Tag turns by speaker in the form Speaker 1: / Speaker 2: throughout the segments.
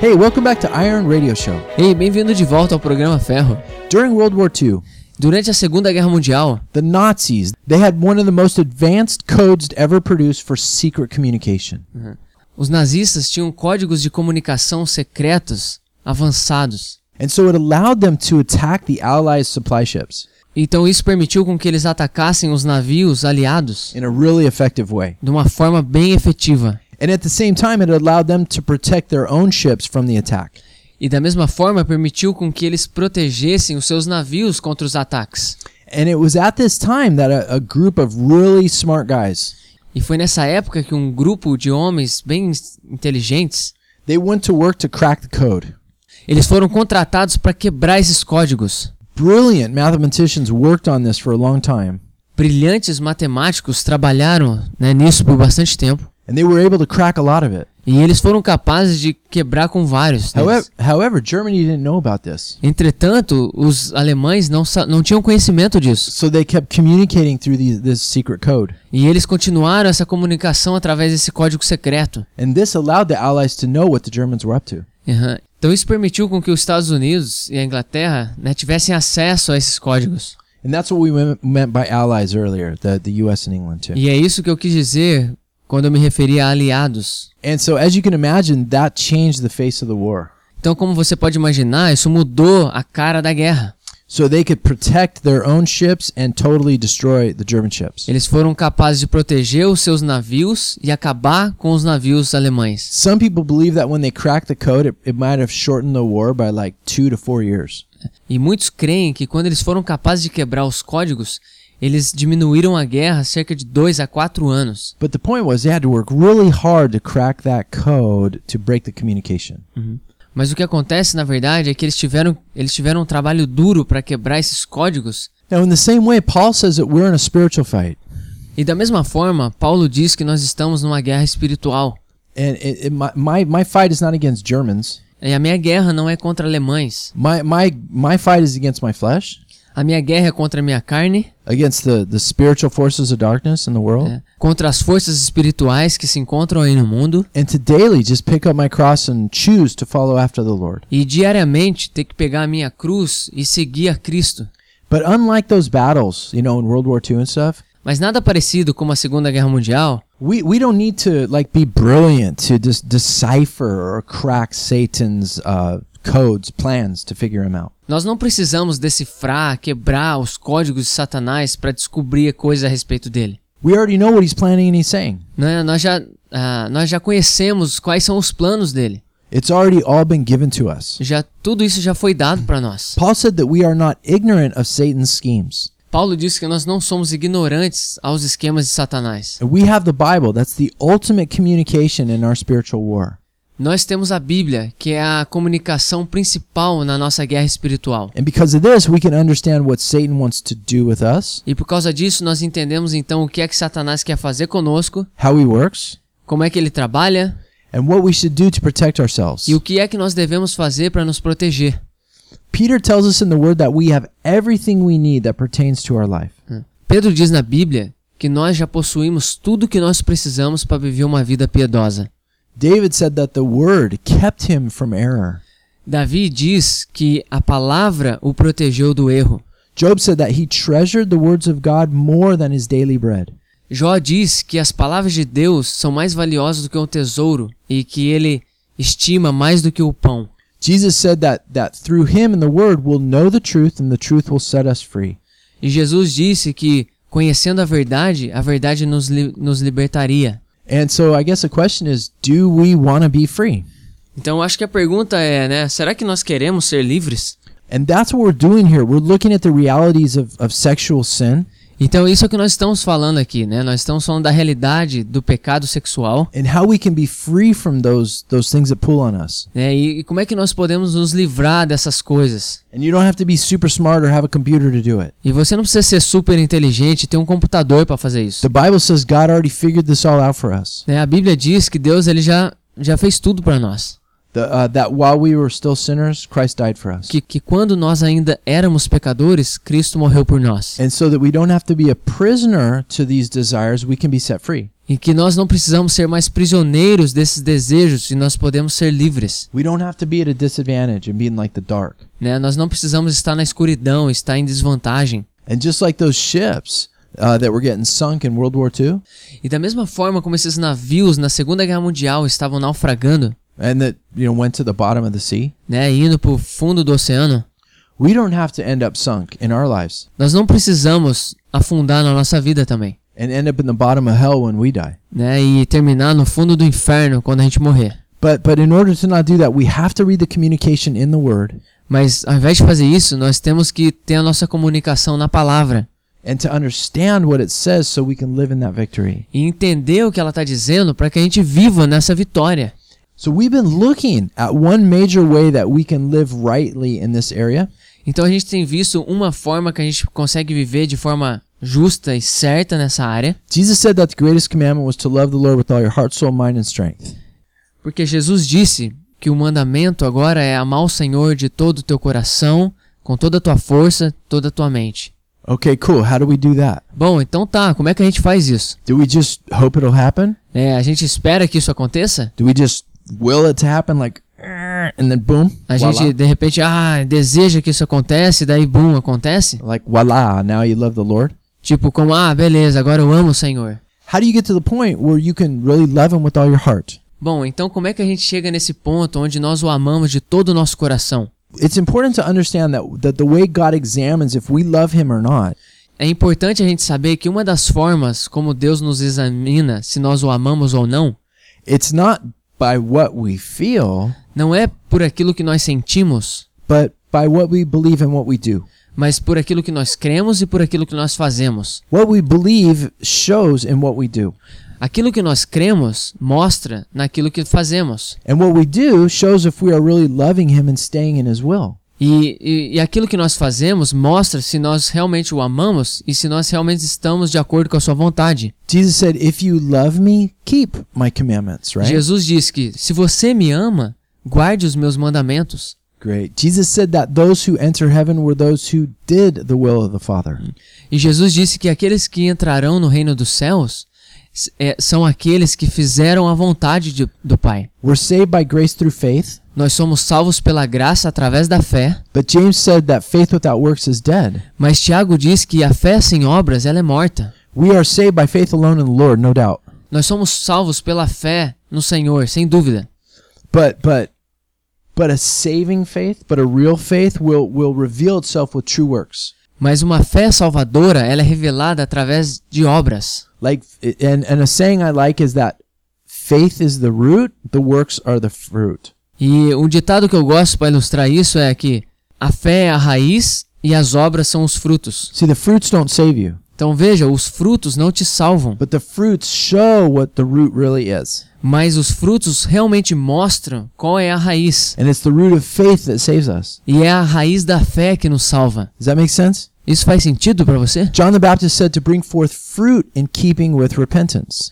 Speaker 1: Hey, welcome back to Iron Radio Show.
Speaker 2: Ei, bem-vindo de volta ao programa Ferro.
Speaker 1: During World War II,
Speaker 2: Durante a Segunda Guerra Mundial,
Speaker 1: the Nazis, they had one of the most advanced codes ever produced for secret communication.
Speaker 2: os nazistas tinham códigos de comunicação secretos avançados.
Speaker 1: And so it allowed them to attack the Allies' supply ships
Speaker 2: Então isso permitiu com que eles atacassem os navios aliados
Speaker 1: in a really effective way.
Speaker 2: de uma forma bem efetiva.
Speaker 1: And at the same time, it allowed them to protect their own ships from the attack.
Speaker 2: E da mesma forma permitiu com que eles protegessem os seus navios contra os ataques.
Speaker 1: And it was at this time that a, a group of really smart guys,
Speaker 2: E foi nessa época que um grupo de homens bem inteligentes,
Speaker 1: they went to work to crack the code.
Speaker 2: eles foram contratados para quebrar esses códigos.
Speaker 1: Brilliant mathematicians worked on this for a long time,
Speaker 2: Brilhantes matemáticos trabalharam né, nisso por bastante tempo.
Speaker 1: and they were able to crack a lot of it.
Speaker 2: E eles foram capazes de quebrar com vários. deles.
Speaker 1: However, however, Germany didn't know about this.
Speaker 2: Entretanto, os alemães não, sa- não tinham conhecimento disso.
Speaker 1: So they kept communicating through these, this secret code.
Speaker 2: E eles continuaram essa comunicação através desse código secreto.
Speaker 1: And this allowed the Allies to know what the Germans were up to.
Speaker 2: Aham. Então isso permitiu com que os Estados Unidos e a Inglaterra né, tivessem acesso a esses códigos.
Speaker 1: And that's what we me- meant by allies earlier, the, the US and England too.
Speaker 2: E é isso que eu quis dizer quando eu me referi a aliados.
Speaker 1: And so, as you can imagine, that changed the face of the war.
Speaker 2: Então, como você pode imaginar, isso mudou a cara da guerra.
Speaker 1: So they could protect their own ships and totally destroy the German ships.
Speaker 2: Eles foram capazes de proteger os seus navios e acabar com os navios alemães.
Speaker 1: Some people believe that when they cracked the code, it, it might have shortened the war by like two to four years.
Speaker 2: E muitos creem que quando eles foram capazes de quebrar os códigos, eles diminuíram a guerra cerca de 2 a 4 anos.
Speaker 1: But the point was, they had to work really hard to crack that code to break the communication.
Speaker 2: Mas o que acontece, na verdade, é que eles tiveram, eles tiveram um trabalho duro para quebrar esses códigos.
Speaker 1: Now, in the same way, Paul says that we're in a spiritual fight.
Speaker 2: E da mesma forma, Paulo diz que nós estamos numa guerra espiritual.
Speaker 1: And it, it, my, my, my fight is not against Germans.
Speaker 2: E a minha guerra não é contra alemães.
Speaker 1: My, my, my fight is against my flesh,
Speaker 2: A minha guerra é contra a minha carne,
Speaker 1: against the, the spiritual forces of darkness in the world.
Speaker 2: né, contra as forças espirituais que se encontram aí no mundo.
Speaker 1: And to daily just pick up my cross and choose to follow after the Lord.
Speaker 2: E diariamente ter que pegar a minha cruz e seguir a Cristo.
Speaker 1: But unlike those battles, you know, in World War II and stuff,
Speaker 2: Mas nada parecido com a Segunda Guerra Mundial,
Speaker 1: we, we don't need to like be brilliant to just decipher or crack Satan's uh, codes, plans to figure him out.
Speaker 2: Nós não precisamos decifrar, quebrar os códigos de Satanás para descobrir coisas a respeito dele.
Speaker 1: We already know what he's planning and he's saying.
Speaker 2: Né? Nós, já, ah, nós já conhecemos quais são os planos dele.
Speaker 1: It's already all been given to us.
Speaker 2: Já Tudo isso já foi dado para nós.
Speaker 1: Paul said that we are not ignorant of Satan's schemes.
Speaker 2: Paulo diz que nós não somos ignorantes aos esquemas de Satanás.
Speaker 1: And We have the Bible. That's the ultimate communication in our spiritual war.
Speaker 2: Nós temos a Bíblia, que é a comunicação principal na nossa guerra espiritual.
Speaker 1: And because of this, we can understand what Satan wants to do with us,
Speaker 2: E por causa disso, nós entendemos então o que é que Satanás quer fazer conosco,
Speaker 1: how he works,
Speaker 2: como é que ele trabalha
Speaker 1: and what we should do to protect ourselves.
Speaker 2: e o que é que nós devemos fazer para nos proteger.
Speaker 1: Peter tells us in the word that we have everything we need that pertains to our life.
Speaker 2: Pedro diz na Bíblia que nós já possuímos tudo o que nós precisamos para viver uma vida piedosa.
Speaker 1: David said that the word kept him from error.
Speaker 2: Davi diz que a palavra o protegeu do erro.
Speaker 1: Job said that he treasured the words of God more than his daily bread.
Speaker 2: Jó diz que as palavras de Deus são mais valiosas do que um tesouro e que ele estima mais do que o pão.
Speaker 1: Jesus said that, that through him and the word we'll know the truth and the truth will set us free.
Speaker 2: E Jesus disse que, conhecendo a verdade, a verdade nos, li- nos libertaria.
Speaker 1: And so I guess the question is do we want to be free?
Speaker 2: Então acho que a pergunta é, né? Será que nós queremos ser livres?
Speaker 1: And that's what we're doing here. We're looking at the realities of, of sexual sin
Speaker 2: Então isso é o que nós estamos falando aqui, né? Nós estamos falando da realidade do pecado sexual
Speaker 1: and how we can be free from those those things that pull on us.
Speaker 2: né? E, e como é que nós podemos nos livrar dessas coisas?
Speaker 1: And you don't have to be super smart or have a computer to do it.
Speaker 2: E você não precisa ser super inteligente, e ter um computador para fazer isso.
Speaker 1: The Bible says God already figured this all out for us.
Speaker 2: Né? A Bíblia diz que Deus ele já, já fez tudo para nós.
Speaker 1: The, uh, that while we were still sinners, Christ died for us.
Speaker 2: Que, que quando nós ainda éramos pecadores, Cristo morreu por nós.
Speaker 1: And so that we don't have to be a prisoner to these desires, we can be set free.
Speaker 2: e que nós não precisamos ser mais prisioneiros desses desejos e nós podemos ser livres.
Speaker 1: We don't have to be at a disadvantage and be in like the dark.
Speaker 2: Né? Nós não precisamos estar na escuridão, estar em desvantagem.
Speaker 1: And just like those ships uh, that were getting sunk in World War II,
Speaker 2: E da mesma forma como esses navios na Segunda Guerra Mundial estavam naufragando,
Speaker 1: and that you know went to the bottom of the sea,
Speaker 2: né, indo para o fundo do oceano,
Speaker 1: we don't have to end up sunk in our lives
Speaker 2: nós não precisamos afundar na nossa vida também,
Speaker 1: and end up in the bottom of hell when we die.
Speaker 2: né, e terminar no fundo do inferno quando a gente morrer.
Speaker 1: But but in order to not do that, we have to read the communication in the Word
Speaker 2: Mas ao invés de fazer isso, nós temos que ter a nossa comunicação na palavra
Speaker 1: and to understand what it says, so we can live in that victory.
Speaker 2: e entender o que ela está dizendo para que a gente viva nessa vitória.
Speaker 1: So we've been looking at one major way that we can live rightly in this area,
Speaker 2: Então a gente tem visto uma forma que a gente consegue viver de forma justa e certa nessa área,
Speaker 1: Jesus said that the greatest commandment was to love the Lord with all your heart, soul, mind, and strength.
Speaker 2: porque Jesus disse que o mandamento agora é amar o Senhor de todo o teu coração, com toda a tua força, toda a tua mente.
Speaker 1: Okay, cool. How do we do that?
Speaker 2: Bom, então tá, como é que a gente faz isso?
Speaker 1: Do we just hope it'll happen?
Speaker 2: É, a gente espera que isso aconteça?
Speaker 1: Do we just will it to happen like "Er," and then boom?
Speaker 2: A
Speaker 1: voila.
Speaker 2: gente de repente, ah, deseja que isso aconteça e daí bum, acontece?
Speaker 1: like voila, now you love the Lord.
Speaker 2: Tipo como, ah, beleza, agora eu amo o Senhor.
Speaker 1: How do you get to the point where you can really love him with all your heart?
Speaker 2: Bom, então como é que a gente chega nesse ponto onde nós o amamos de todo o nosso coração?
Speaker 1: It's important to understand that that the way God examines if we love him or not
Speaker 2: É importante a gente saber que uma das formas como Deus nos examina se nós o amamos ou não,
Speaker 1: it's not by what we feel,
Speaker 2: não é por aquilo que nós sentimos,
Speaker 1: but by what we believe and what we do.
Speaker 2: mas por aquilo que nós cremos e por aquilo que nós fazemos.
Speaker 1: What we believe shows in what we do,
Speaker 2: Aquilo que nós cremos mostra naquilo que fazemos.
Speaker 1: and what we do shows if we are really loving him and staying in his will.
Speaker 2: E, e, e aquilo que nós fazemos mostra se nós realmente o amamos e se nós realmente estamos de acordo com a sua vontade.
Speaker 1: Jesus said, "If you love me, keep my commandments." Right?
Speaker 2: Jesus diz que se você me ama, guarde os meus mandamentos.
Speaker 1: Great. Jesus said that those who enter heaven were those who did the will of the Father.
Speaker 2: E Jesus disse que aqueles que entrarão no reino dos céus s- é, são aqueles que fizeram a vontade de- do Pai.
Speaker 1: We're saved by grace through faith,
Speaker 2: Nós somos salvos pela graça através da fé,
Speaker 1: but James said that faith without works is dead.
Speaker 2: mas Tiago diz que a fé sem obras ela é morta.
Speaker 1: We are saved by faith alone in the Lord, no doubt.
Speaker 2: Nós somos salvos pela fé no Senhor, sem dúvida.
Speaker 1: But but but a saving faith, but a real faith will will reveal itself with true works.
Speaker 2: Mas uma fé salvadora ela é revelada através de obras.
Speaker 1: Like and and a saying I like is that faith is the root, the works are the fruit.
Speaker 2: E um ditado que eu gosto para ilustrar isso é que a fé é a raiz e as obras são os frutos.
Speaker 1: See, the fruits don't save you,
Speaker 2: Então veja, os frutos não te salvam.
Speaker 1: but the fruits show what the root really is.
Speaker 2: Mas os frutos realmente mostram qual é a raiz.
Speaker 1: And it's the root of faith that saves us.
Speaker 2: E é a raiz da fé que nos salva.
Speaker 1: Does that make sense?
Speaker 2: Isso faz sentido para você?
Speaker 1: John the Baptist said to bring forth fruit in keeping with repentance.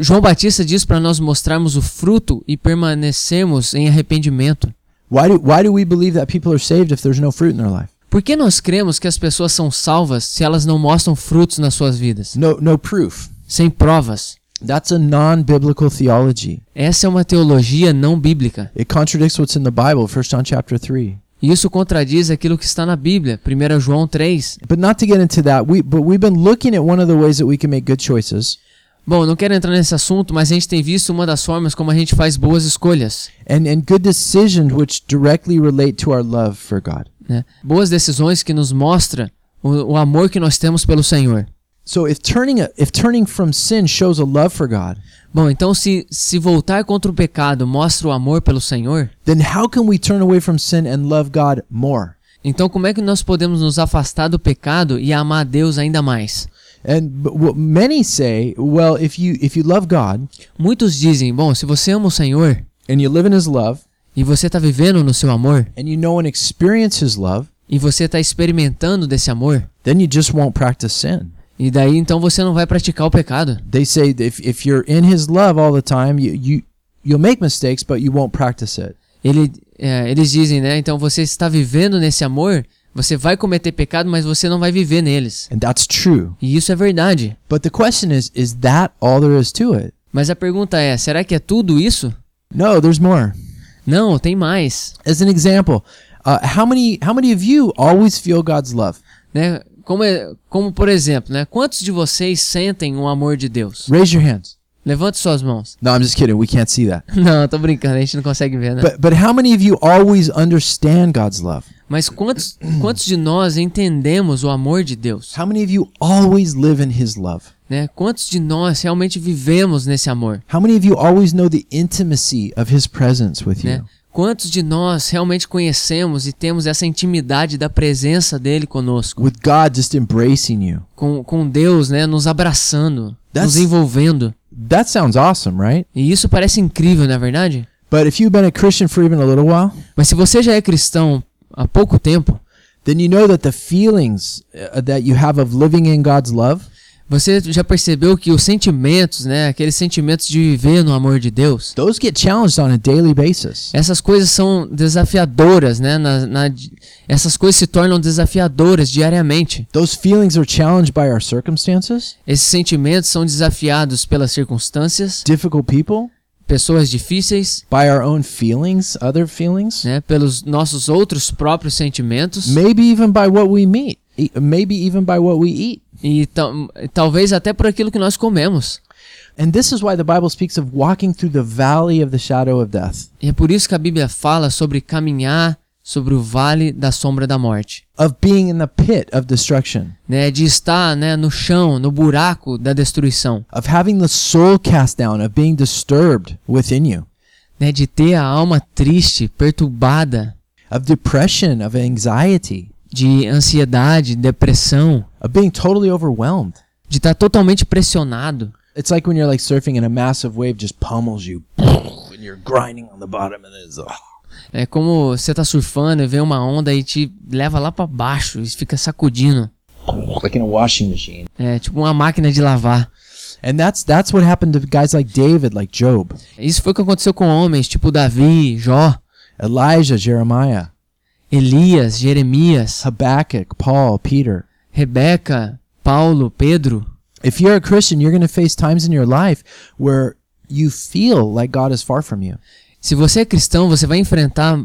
Speaker 2: João Batista diz para nós mostrarmos o fruto e permanecermos em arrependimento.
Speaker 1: Why do, why do we believe that people are saved if there's no fruit in their life?
Speaker 2: Por que nós cremos que as pessoas são salvas se elas não mostram frutos nas suas vidas?
Speaker 1: No, no proof.
Speaker 2: Sem provas.
Speaker 1: That's a non biblical theology.
Speaker 2: Essa é uma teologia não bíblica.
Speaker 1: It contradicts what's in the Bible, 1 John chapter 3.
Speaker 2: E isso contradiz aquilo que está na Bíblia, 1 João 3.
Speaker 1: But not to get into that, we, but we've been looking at one of the ways that we can make good choices.
Speaker 2: Bom, não quero entrar nesse assunto, mas a gente tem visto uma das formas como a gente faz boas escolhas.
Speaker 1: And, and good decisions which directly relate to our love for God.
Speaker 2: né? Boas decisões que nos mostra o, o amor que nós temos pelo Senhor.
Speaker 1: So if turning, a, if turning from sin shows a love for God,
Speaker 2: Bom, então se, se voltar contra o pecado mostra o amor pelo Senhor,
Speaker 1: then how can we turn away from sin and love God more?
Speaker 2: então como é que nós podemos nos afastar do pecado e amar a Deus ainda mais?
Speaker 1: And but what many say, well, if you if you love God
Speaker 2: Muitos dizem, bom, se você ama o Senhor
Speaker 1: and you live in His love
Speaker 2: e você está vivendo no seu amor
Speaker 1: and you know and experience His love,
Speaker 2: e você está experimentando desse amor,
Speaker 1: then you just won't practice sin.
Speaker 2: e daí então você não vai praticar o pecado.
Speaker 1: They say that if if you're in His love all the time, you you you'll make mistakes, but you won't practice it.
Speaker 2: Ele, é, eles dizem, né? Então você está vivendo nesse amor, Você vai cometer pecado, mas você não vai viver neles.
Speaker 1: And that's true.
Speaker 2: E isso é verdade.
Speaker 1: But the question is is that all there is to it?
Speaker 2: Mas a pergunta é: será que é tudo isso?
Speaker 1: No, there's more.
Speaker 2: Não, tem mais.
Speaker 1: As an example, uh, how many how many of you always feel God's love?
Speaker 2: Né? Como, é- como, por exemplo, né? quantos de vocês sentem o amor de Deus?
Speaker 1: Raise your hands.
Speaker 2: Levante suas mãos.
Speaker 1: No, I'm just kidding. We can't see that.
Speaker 2: Não, eu tô brincando, a gente não consegue ver, né?
Speaker 1: But but how many of you always understand God's love?
Speaker 2: Mas quantos, quantos de nós entendemos o amor de Deus?
Speaker 1: How many of you always live in his love?
Speaker 2: Né? Quantos de nós realmente vivemos nesse amor?
Speaker 1: How many of you always know the intimacy of his presence with you?
Speaker 2: Né? Quantos de nós realmente conhecemos e temos essa intimidade da presença dele conosco?
Speaker 1: With God just embracing you.
Speaker 2: Com, com Deus, né? Nos abraçando,
Speaker 1: That's-
Speaker 2: nos envolvendo.
Speaker 1: That sounds awesome, right?
Speaker 2: E isso parece incrível, não é verdade?
Speaker 1: But if you've been a Christian for even a little while,
Speaker 2: Mas se você já é cristão há pouco tempo,
Speaker 1: then you know that the feelings uh, that you have of living in God's love,
Speaker 2: você já percebeu que os sentimentos, né, aqueles sentimentos de viver no amor de Deus,
Speaker 1: those get challenged on a daily basis.
Speaker 2: essas coisas são desafiadoras, né? na- na- essas coisas se tornam desafiadoras diariamente.
Speaker 1: Those feelings are challenged by our circumstances,
Speaker 2: Esses sentimentos são desafiados pelas circunstâncias,
Speaker 1: difficult people,
Speaker 2: pessoas difíceis,
Speaker 1: by our own feelings, other feelings,
Speaker 2: né? Pelos nossos outros próprios sentimentos
Speaker 1: maybe even by what we meet, e- maybe even by what we eat.
Speaker 2: e tal- talvez até por aquilo que nós comemos.
Speaker 1: And this is why the Bible speaks of walking through the valley of the shadow of death,
Speaker 2: E é por isso que a Bíblia fala sobre caminhar sobre o vale da sombra da morte.
Speaker 1: of being in the pit of destruction,
Speaker 2: né, de estar né, no chão, no buraco da destruição,
Speaker 1: of having the soul cast down, of being disturbed within you,
Speaker 2: né, de ter a alma triste, perturbada,
Speaker 1: of depression, of anxiety,
Speaker 2: de ansiedade, depressão,
Speaker 1: of being totally overwhelmed.
Speaker 2: de estar totalmente pressionado.
Speaker 1: It's like when you're like surfing and a massive wave just pummels you, and you're grinding on the bottom, and it's ugh.
Speaker 2: É como você tá surfando e vem uma onda e te leva lá pra baixo e fica sacudindo.
Speaker 1: like in a washing machine.
Speaker 2: É tipo uma máquina de lavar.
Speaker 1: And that's that's what happened to guys like David, like Job,
Speaker 2: Isso foi o que aconteceu com homens tipo Davi, Jó,
Speaker 1: Elijah, Jeremiah,
Speaker 2: Elias, Jeremias,
Speaker 1: Habakkuk, Paul, Peter.
Speaker 2: Rebeca, Paulo, Pedro.
Speaker 1: If you're a Christian, you're going to face times in your life where you feel like God is far from you.
Speaker 2: Se você é cristão, você vai enfrentar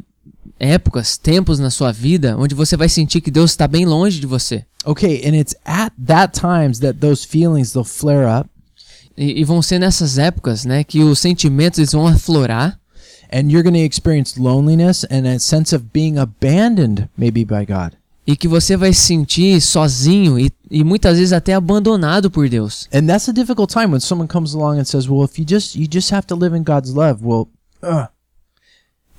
Speaker 2: épocas, tempos na sua vida onde você vai sentir que Deus está bem longe de você.
Speaker 1: Okay, and it's at that times that those feelings they'll flare up,
Speaker 2: E, e vão ser nessas épocas, né, que os sentimentos eles vão aflorar
Speaker 1: and you're going to experience loneliness and a sense of being abandoned, maybe by God.
Speaker 2: e que você vai se sentir sozinho e, e muitas vezes até abandonado por Deus.
Speaker 1: And that's a difficult time when someone comes along and says, "Well, if you just you just have to live in God's love." Well, ugh.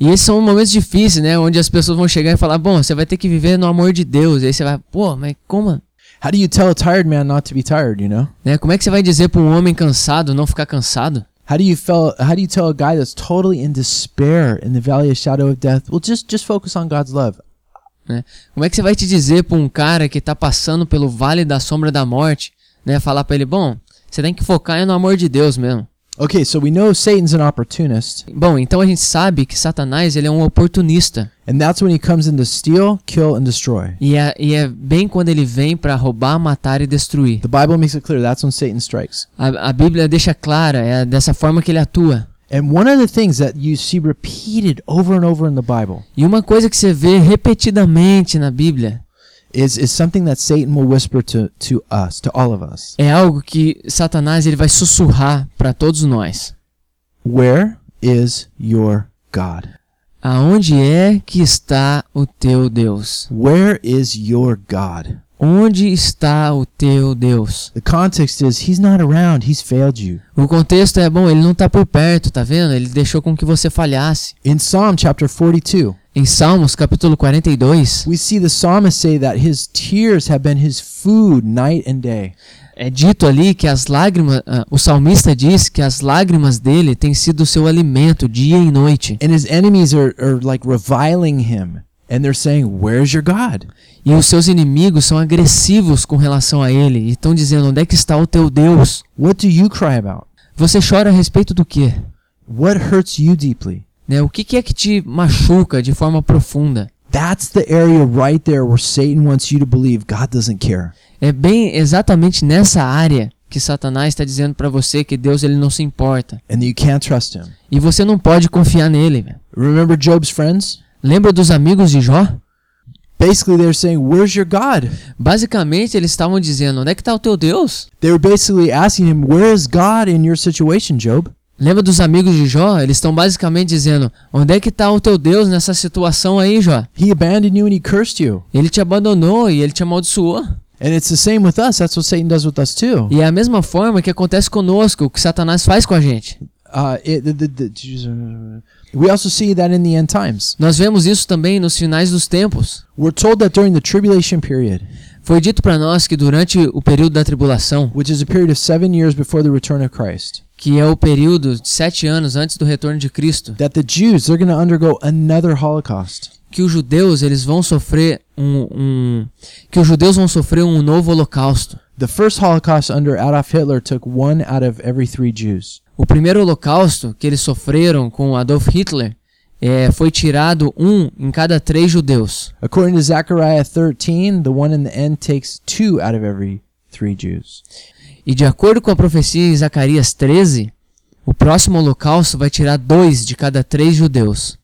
Speaker 2: E esses são momentos difíceis, né, onde as pessoas vão chegar e falar: "Bom, você vai ter que viver no amor de Deus". E aí você vai: "Pô, mas como?"
Speaker 1: how do you tell a tired man not to be tired? You know,
Speaker 2: Né? Como é que você vai dizer para um homem cansado não ficar cansado?
Speaker 1: how do you feel? How do you tell a guy that's totally in despair in the valley of shadow of death? Well, just just focus on God's love.
Speaker 2: né? Como é que você vai te dizer pra um cara que tá passando pelo vale da sombra da morte, né? Falar pra ele, bom, você tem que focar no amor de Deus mesmo.
Speaker 1: Okay, so we know Satan's an opportunist,
Speaker 2: Bom, então a gente sabe que Satanás ele é um oportunista
Speaker 1: and that's when he comes in to steal, kill, and destroy.
Speaker 2: e é, e é bem quando ele vem pra roubar, matar e destruir.
Speaker 1: The Bible makes it clear that's when Satan strikes.
Speaker 2: A, a Bíblia deixa clara é dessa forma que ele atua.
Speaker 1: And one of the things that you see repeated over and over in the Bible
Speaker 2: E uma coisa que você vê repetidamente na Bíblia
Speaker 1: is is something that Satan will whisper to to us, to all of us.
Speaker 2: é algo que Satanás ele vai sussurrar pra todos nós.
Speaker 1: Where is your God?
Speaker 2: Aonde é que está o teu Deus?
Speaker 1: Where is your God?
Speaker 2: Onde está o teu Deus?
Speaker 1: The context is he's not around, he's failed you.
Speaker 2: O contexto é bom, ele não tá por perto, tá vendo? Ele deixou com que você falhasse.
Speaker 1: In Psalm chapter 42,
Speaker 2: Em Salmos, capítulo 42,
Speaker 1: we see the psalmist say that his tears have been his food night and day.
Speaker 2: é dito ali que as lágrimas, ah, o salmista diz que as lágrimas dele têm sido o seu alimento dia e noite.
Speaker 1: And his enemies are, are like reviling him and they're saying, Where's your God?
Speaker 2: E os seus inimigos são agressivos com relação a ele e estão dizendo: "Onde é que está o teu Deus?
Speaker 1: What do you cry about?
Speaker 2: Você chora a respeito do quê?"
Speaker 1: What hurts you deeply?
Speaker 2: Né? O que que é que te machuca de forma profunda?
Speaker 1: That's the area right there where Satan wants you to believe God doesn't care.
Speaker 2: É bem exatamente nessa área que Satanás está dizendo para você que Deus ele não se importa.
Speaker 1: and that you can't trust him.
Speaker 2: E você não pode confiar nele. velho.
Speaker 1: Remember Job's friends?
Speaker 2: Lembra dos amigos de Jó?
Speaker 1: Basically, they were saying, Where's your God?
Speaker 2: Basicamente, eles estavam dizendo: onde é que está o teu Deus?
Speaker 1: They were basically asking him, Where is God in your situation, Job?
Speaker 2: Lembra dos amigos de Jó? Eles estão basicamente dizendo: onde é que está o teu Deus nessa situação aí, Jó?
Speaker 1: He abandoned you and he cursed you.
Speaker 2: Ele te abandonou e ele te amaldiçoou.
Speaker 1: And it's the same with us. That's what Satan does with us, too.
Speaker 2: E é a mesma forma que acontece conosco, o que Satanás faz com a gente.
Speaker 1: Uh, it, the, the, the, we also see that in the end times.
Speaker 2: Nós vemos isso também nos finais dos tempos.
Speaker 1: We're told that during the tribulation period,
Speaker 2: Foi dito para nós que durante o período da tribulação,
Speaker 1: which is a period of seven years before the return of Christ,
Speaker 2: que é o período de sete anos antes do retorno de Cristo,
Speaker 1: that the Jews, they're going to undergo another Holocaust.
Speaker 2: que os judeus eles vão sofrer um, um que os judeus vão sofrer um novo holocausto.
Speaker 1: The first Holocaust under Adolf Hitler took one out of every three Jews.
Speaker 2: O primeiro holocausto que eles sofreram com Adolf Hitler é, foi tirado um em cada três judeus.
Speaker 1: According to Zechariah 13, the one in the end takes two out of every three Jews.
Speaker 2: E de acordo com a profecia em Zacarias 13, o próximo holocausto vai tirar dois de cada três judeus.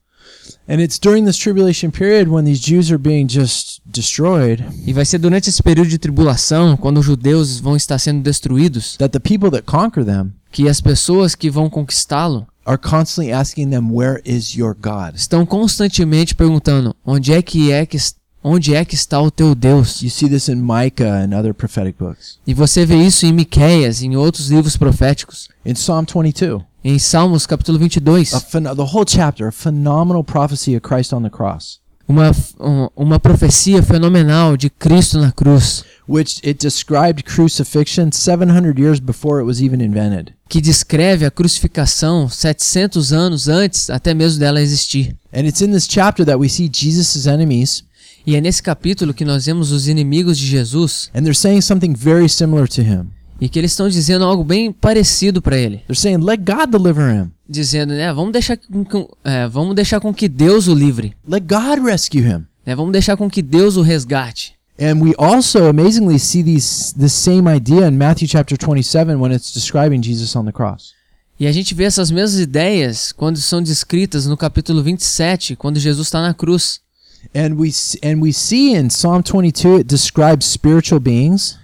Speaker 1: And it's during this tribulation period when these Jews are being just destroyed
Speaker 2: E vai ser durante esse período de tribulação, quando os judeus vão estar sendo destruídos,
Speaker 1: that the people that conquer them
Speaker 2: que as pessoas que vão conquistá-lo
Speaker 1: are constantly asking them, Where is your God?
Speaker 2: estão constantemente perguntando: onde é que é que es- onde é que está o teu Deus?
Speaker 1: You see this in Micah and other prophetic books.
Speaker 2: E você vê isso em Miqueias, em outros livros proféticos,
Speaker 1: In Psalm 22,
Speaker 2: em Salmos capítulo 22,
Speaker 1: a phen- the whole chapter, a phenomenal prophecy of Christ on the cross,
Speaker 2: uma f- um- uma profecia fenomenal de Cristo na cruz,
Speaker 1: which it described crucifixion 700 years before it was even invented.
Speaker 2: que descreve a crucificação 700 anos antes até mesmo dela existir.
Speaker 1: And it's in this chapter that we see Jesus' enemies
Speaker 2: E é nesse capítulo que nós vemos os inimigos de Jesus
Speaker 1: And they're saying something very similar to him.
Speaker 2: e que eles estão dizendo algo bem parecido para ele,
Speaker 1: They're saying, let God deliver him.
Speaker 2: dizendo, né, vamos deixar com, com- é, vamos deixar com que Deus o livre.
Speaker 1: Let God rescue him.
Speaker 2: né? Vamos deixar com que Deus o resgate.
Speaker 1: And we also amazingly see these, this same idea in Matthew chapter 27 when it's describing Jesus on the cross.
Speaker 2: E a gente vê essas mesmas ideias quando são descritas no capítulo 27, quando Jesus está na cruz.
Speaker 1: And we, s- and we see in Psalm 22, it describes spiritual beings.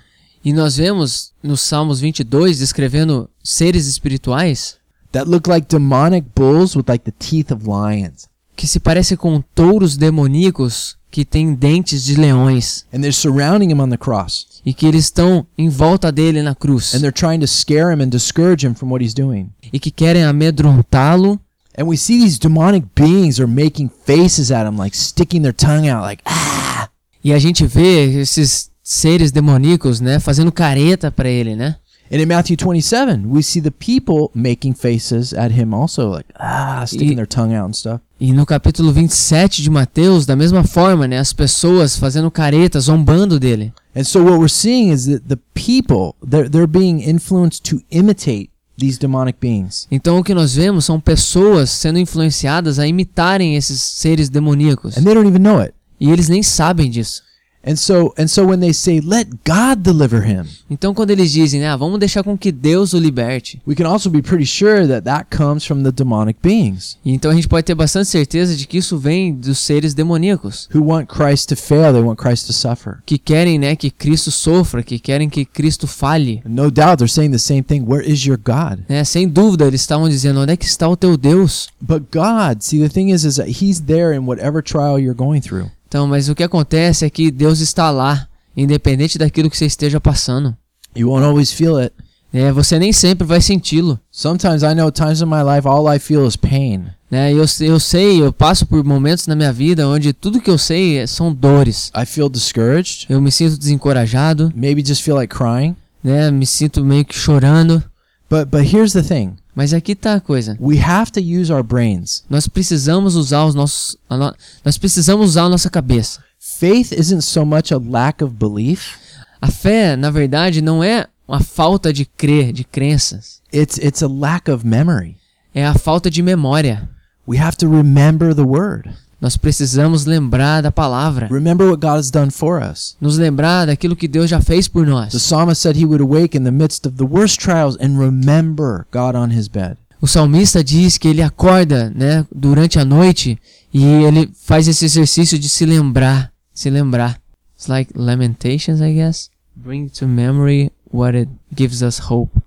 Speaker 2: E nós vemos nos Salmos 22 descrevendo seres espirituais
Speaker 1: That look like demonic bulls with like the teeth of lions.
Speaker 2: que se parecem com touros demoníacos que têm dentes de leões
Speaker 1: And they're surrounding him on the cross.
Speaker 2: e que eles estão em volta dele na cruz
Speaker 1: And they're trying to scare him and discourage him from what he's doing.
Speaker 2: e que querem amedrontá-lo.
Speaker 1: And we see these demonic beings are making faces at him, like sticking their tongue out, like, "Ah."
Speaker 2: E a gente vê esses seres demoníacos, né, fazendo careta para ele, né?
Speaker 1: And in Matthew 27, we see the people making faces at him also, like, ah, sticking
Speaker 2: Ye-
Speaker 1: their tongue out and stuff.
Speaker 2: E no capítulo 27 de Mateus, da mesma forma, né, as pessoas fazendo careta, zombando dele.
Speaker 1: And so what we're seeing is that the people, they're, they're being influenced to imitate these demonic beings.
Speaker 2: Então o que nós vemos são pessoas sendo influenciadas a imitarem esses seres demoníacos.
Speaker 1: And they don't even know it.
Speaker 2: E eles nem sabem disso.
Speaker 1: And so, and so when they say, let God deliver him,
Speaker 2: Então quando eles dizem, né, ah, vamos deixar com que Deus o liberte.
Speaker 1: we can also be pretty sure that that comes from the demonic beings
Speaker 2: E Então a gente pode ter bastante certeza de que isso vem dos seres demoníacos,
Speaker 1: who want Christ to fail. They want Christ to suffer.
Speaker 2: que querem, né, que Cristo sofra, que querem que Cristo falhe.
Speaker 1: And no doubt they're saying the same thing. Where is your God?
Speaker 2: Né? Sem dúvida, eles estavam dizendo, onde é que está o teu Deus?
Speaker 1: But God, see, the thing is, is that he's there in whatever trial you're going through.
Speaker 2: Então, mas o que acontece é que Deus está lá, independente daquilo que você esteja passando.
Speaker 1: You won't always feel it.
Speaker 2: É, você nem sempre vai senti-lo.
Speaker 1: Sometimes I know times in my life, all I feel is pain.
Speaker 2: Né? Eu, eu sei, eu passo por momentos na minha vida onde tudo que eu sei é- são dores.
Speaker 1: I feel discouraged,
Speaker 2: Eu me sinto desencorajado,
Speaker 1: maybe just feel like crying.
Speaker 2: né? me sinto meio que chorando.
Speaker 1: But but here's the thing:
Speaker 2: Mas aqui tá a coisa.
Speaker 1: we have to use our brains.
Speaker 2: Nós precisamos usar os nossos. a no- Nós precisamos usar a nossa cabeça.
Speaker 1: Faith isn't so much a lack of belief;
Speaker 2: A fé, na verdade, não é a falta de crer, de crenças.
Speaker 1: it's it's a lack of memory.
Speaker 2: É a falta de memória.
Speaker 1: We have to remember the word.
Speaker 2: Nós precisamos lembrar da palavra,
Speaker 1: Remember what God has done for us.
Speaker 2: nos lembrar daquilo que Deus já fez por
Speaker 1: The
Speaker 2: nós.
Speaker 1: psalmist said he would awake in the midst of the worst trials and remember God on his bed.
Speaker 2: O salmista diz que ele acorda, né, durante a noite e ele faz esse exercício de se lembrar, se lembrar. It's like Lamentations, I guess. Bring to memory what it gives us hope.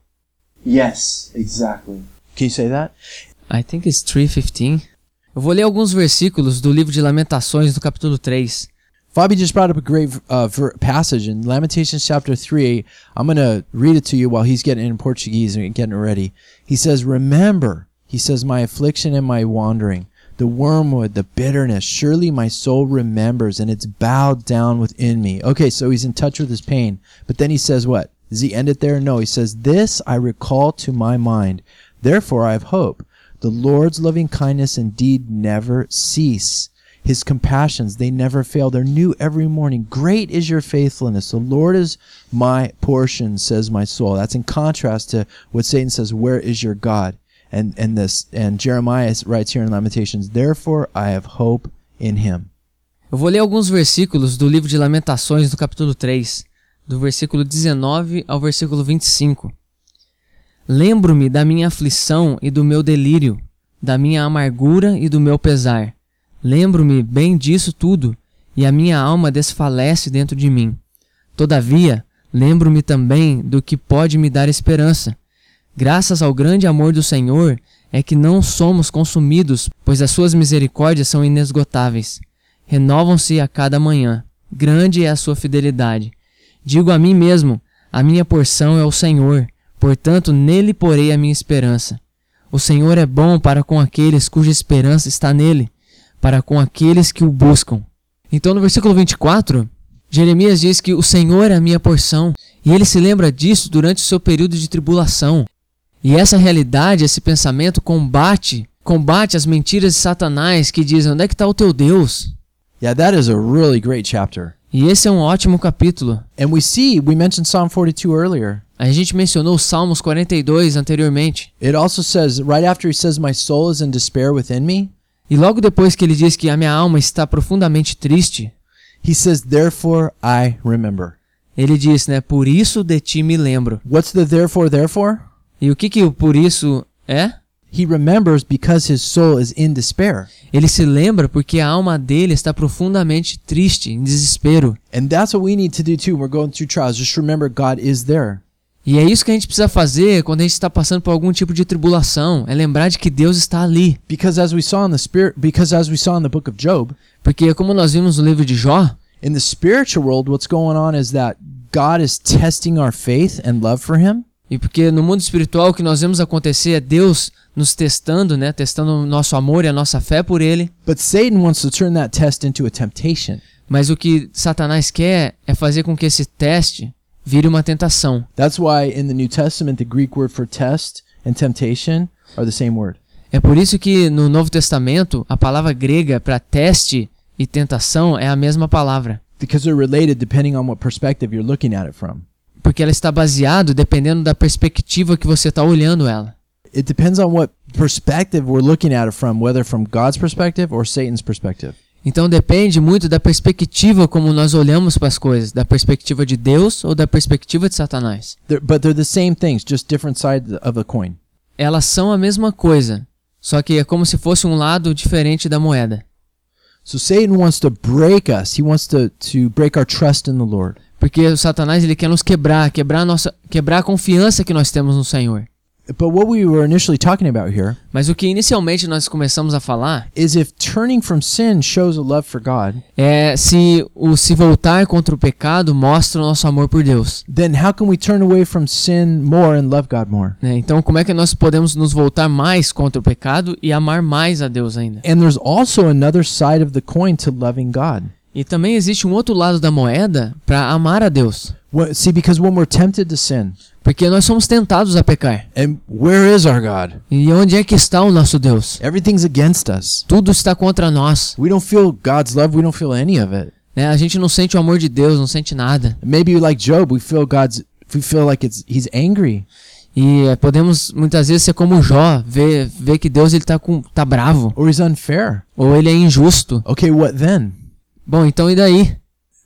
Speaker 1: Yes, exactly. Can you say that?
Speaker 2: I think it's 3:15. Eu vou ler alguns versículos do livro de Lamentações, do capítulo 3.
Speaker 1: Fabi just brought up a great uh, ver- passage in Lamentations chapter 3. I'm going to read it to you while he's getting it in Portuguese and getting it ready. He says, Remember, he says, my affliction and my wandering, the wormwood, the bitterness. Surely my soul remembers and it's bowed down within me. Okay, so he's in touch with his pain. But then he says, What? Does he end it there? No, he says, This I recall to my mind. Therefore I have hope. The Lord's loving kindness indeed never cease. His compassions, they never fail. They're new every morning. Great is your faithfulness. The Lord is my portion, says my soul. That's in contrast to what Satan says, Where is your God? And and this and Jeremiah writes here in Lamentations, Therefore I have hope in him.
Speaker 2: Eu vou ler alguns versículos do livro de Lamentações, do capítulo 3, do versículo 19 ao versículo 25. Lembro-me da minha aflição e do meu delírio, da minha amargura e do meu pesar. Lembro-me bem disso tudo, e a minha alma desfalece dentro de mim. Todavia, lembro-me também do que pode me dar esperança. Graças ao grande amor do Senhor é que não somos consumidos, pois as suas misericórdias são inesgotáveis. Renovam-se a cada manhã. Grande é a sua fidelidade. Digo a mim mesmo: a minha porção é o Senhor, portanto nele porei a minha esperança. O Senhor é bom para com aqueles cuja esperança está nele, para com aqueles que o buscam. Então, no versículo 24, Jeremias diz que o Senhor é a minha porção, e ele se lembra disso durante o seu período de tribulação. E essa realidade, esse pensamento combate, combate as mentiras de Satanás que dizem: "Onde é que está o teu Deus?"
Speaker 1: Yeah, that is a really great chapter.
Speaker 2: E esse é um ótimo capítulo.
Speaker 1: And we see, we mentioned Psalm 42 earlier.
Speaker 2: A gente mencionou os Salmos 42 anteriormente.
Speaker 1: It also says, right after he says, My soul is in despair within me,
Speaker 2: E logo depois que ele diz que a minha alma está profundamente triste,
Speaker 1: he says, Therefore I remember.
Speaker 2: ele diz, né? Por isso de ti me lembro.
Speaker 1: What's the therefore, therefore?
Speaker 2: E o que que o por isso é?
Speaker 1: He remembers because his soul is in despair.
Speaker 2: Ele se lembra porque a alma dele está profundamente triste, em desespero.
Speaker 1: And that's what we need to do too. We're going through trials. Just remember God is there.
Speaker 2: E é isso que a gente precisa fazer quando a gente está passando por algum tipo de tribulação, é lembrar de que Deus está ali.
Speaker 1: Because as we saw in the spirit because as we saw in the book of Job,
Speaker 2: Porque como nós vimos no livro de Jó,
Speaker 1: in the spiritual world what's going on is that God is testing our faith and love for him.
Speaker 2: e porque no mundo espiritual o que nós vemos acontecer é Deus nos testando, né, testando o nosso amor e a nossa fé por ele,
Speaker 1: But Satan wants to turn that test into a temptation.
Speaker 2: mas o que Satanás quer é fazer com que esse teste vire uma tentação.
Speaker 1: That's why in the New Testament the Greek word for test and temptation are the same word.
Speaker 2: É por isso que no Novo Testamento a palavra grega para teste e tentação é a mesma palavra.
Speaker 1: Because they're related depending on what perspective you're looking at it from.
Speaker 2: porque ela está baseado dependendo da perspectiva que você está olhando ela.
Speaker 1: it depends on what perspective we're looking at it from, whether from God's perspective or Satan's perspective.
Speaker 2: Então depende muito da perspectiva como nós olhamos para as coisas, da perspectiva de Deus ou da perspectiva de Satanás.
Speaker 1: They're, but they're the same things, just different sides of a coin.
Speaker 2: Elas são a mesma coisa, só que é como se fosse um lado diferente da moeda.
Speaker 1: So Satan wants to break us. He wants to, to break our trust in the Lord.
Speaker 2: Porque o Satanás ele quer nos quebrar, quebrar a nossa, quebrar a confiança que nós temos no Senhor.
Speaker 1: But what we were initially talking about here
Speaker 2: Mas o que inicialmente nós começamos a falar
Speaker 1: is if turning from sin shows a love for God,
Speaker 2: é se o se voltar contra o pecado mostra o nosso amor por Deus.
Speaker 1: then how can we turn away from sin more and love God more?
Speaker 2: né? Então, como é que nós podemos nos voltar mais contra o pecado e amar mais a Deus ainda?
Speaker 1: And there's also another side of the coin to loving God.
Speaker 2: E também existe um outro lado da moeda para amar a Deus,
Speaker 1: What, see, because when we're tempted to sin,
Speaker 2: porque nós somos tentados a pecar.
Speaker 1: and where is our God?
Speaker 2: E onde é que está o nosso Deus?
Speaker 1: Everything's against us.
Speaker 2: Tudo está contra nós.
Speaker 1: We don't feel God's love. We don't feel any of it.
Speaker 2: né? A gente não sente o amor de Deus, não sente nada.
Speaker 1: Maybe like Job, we feel God's. We feel like it's He's angry.
Speaker 2: E é, podemos muitas vezes ser como Jó, ver, ver que Deus ele tá, com, tá bravo,
Speaker 1: or he's unfair.
Speaker 2: ou ele é injusto.
Speaker 1: Okay, what then?
Speaker 2: Bom, então e daí?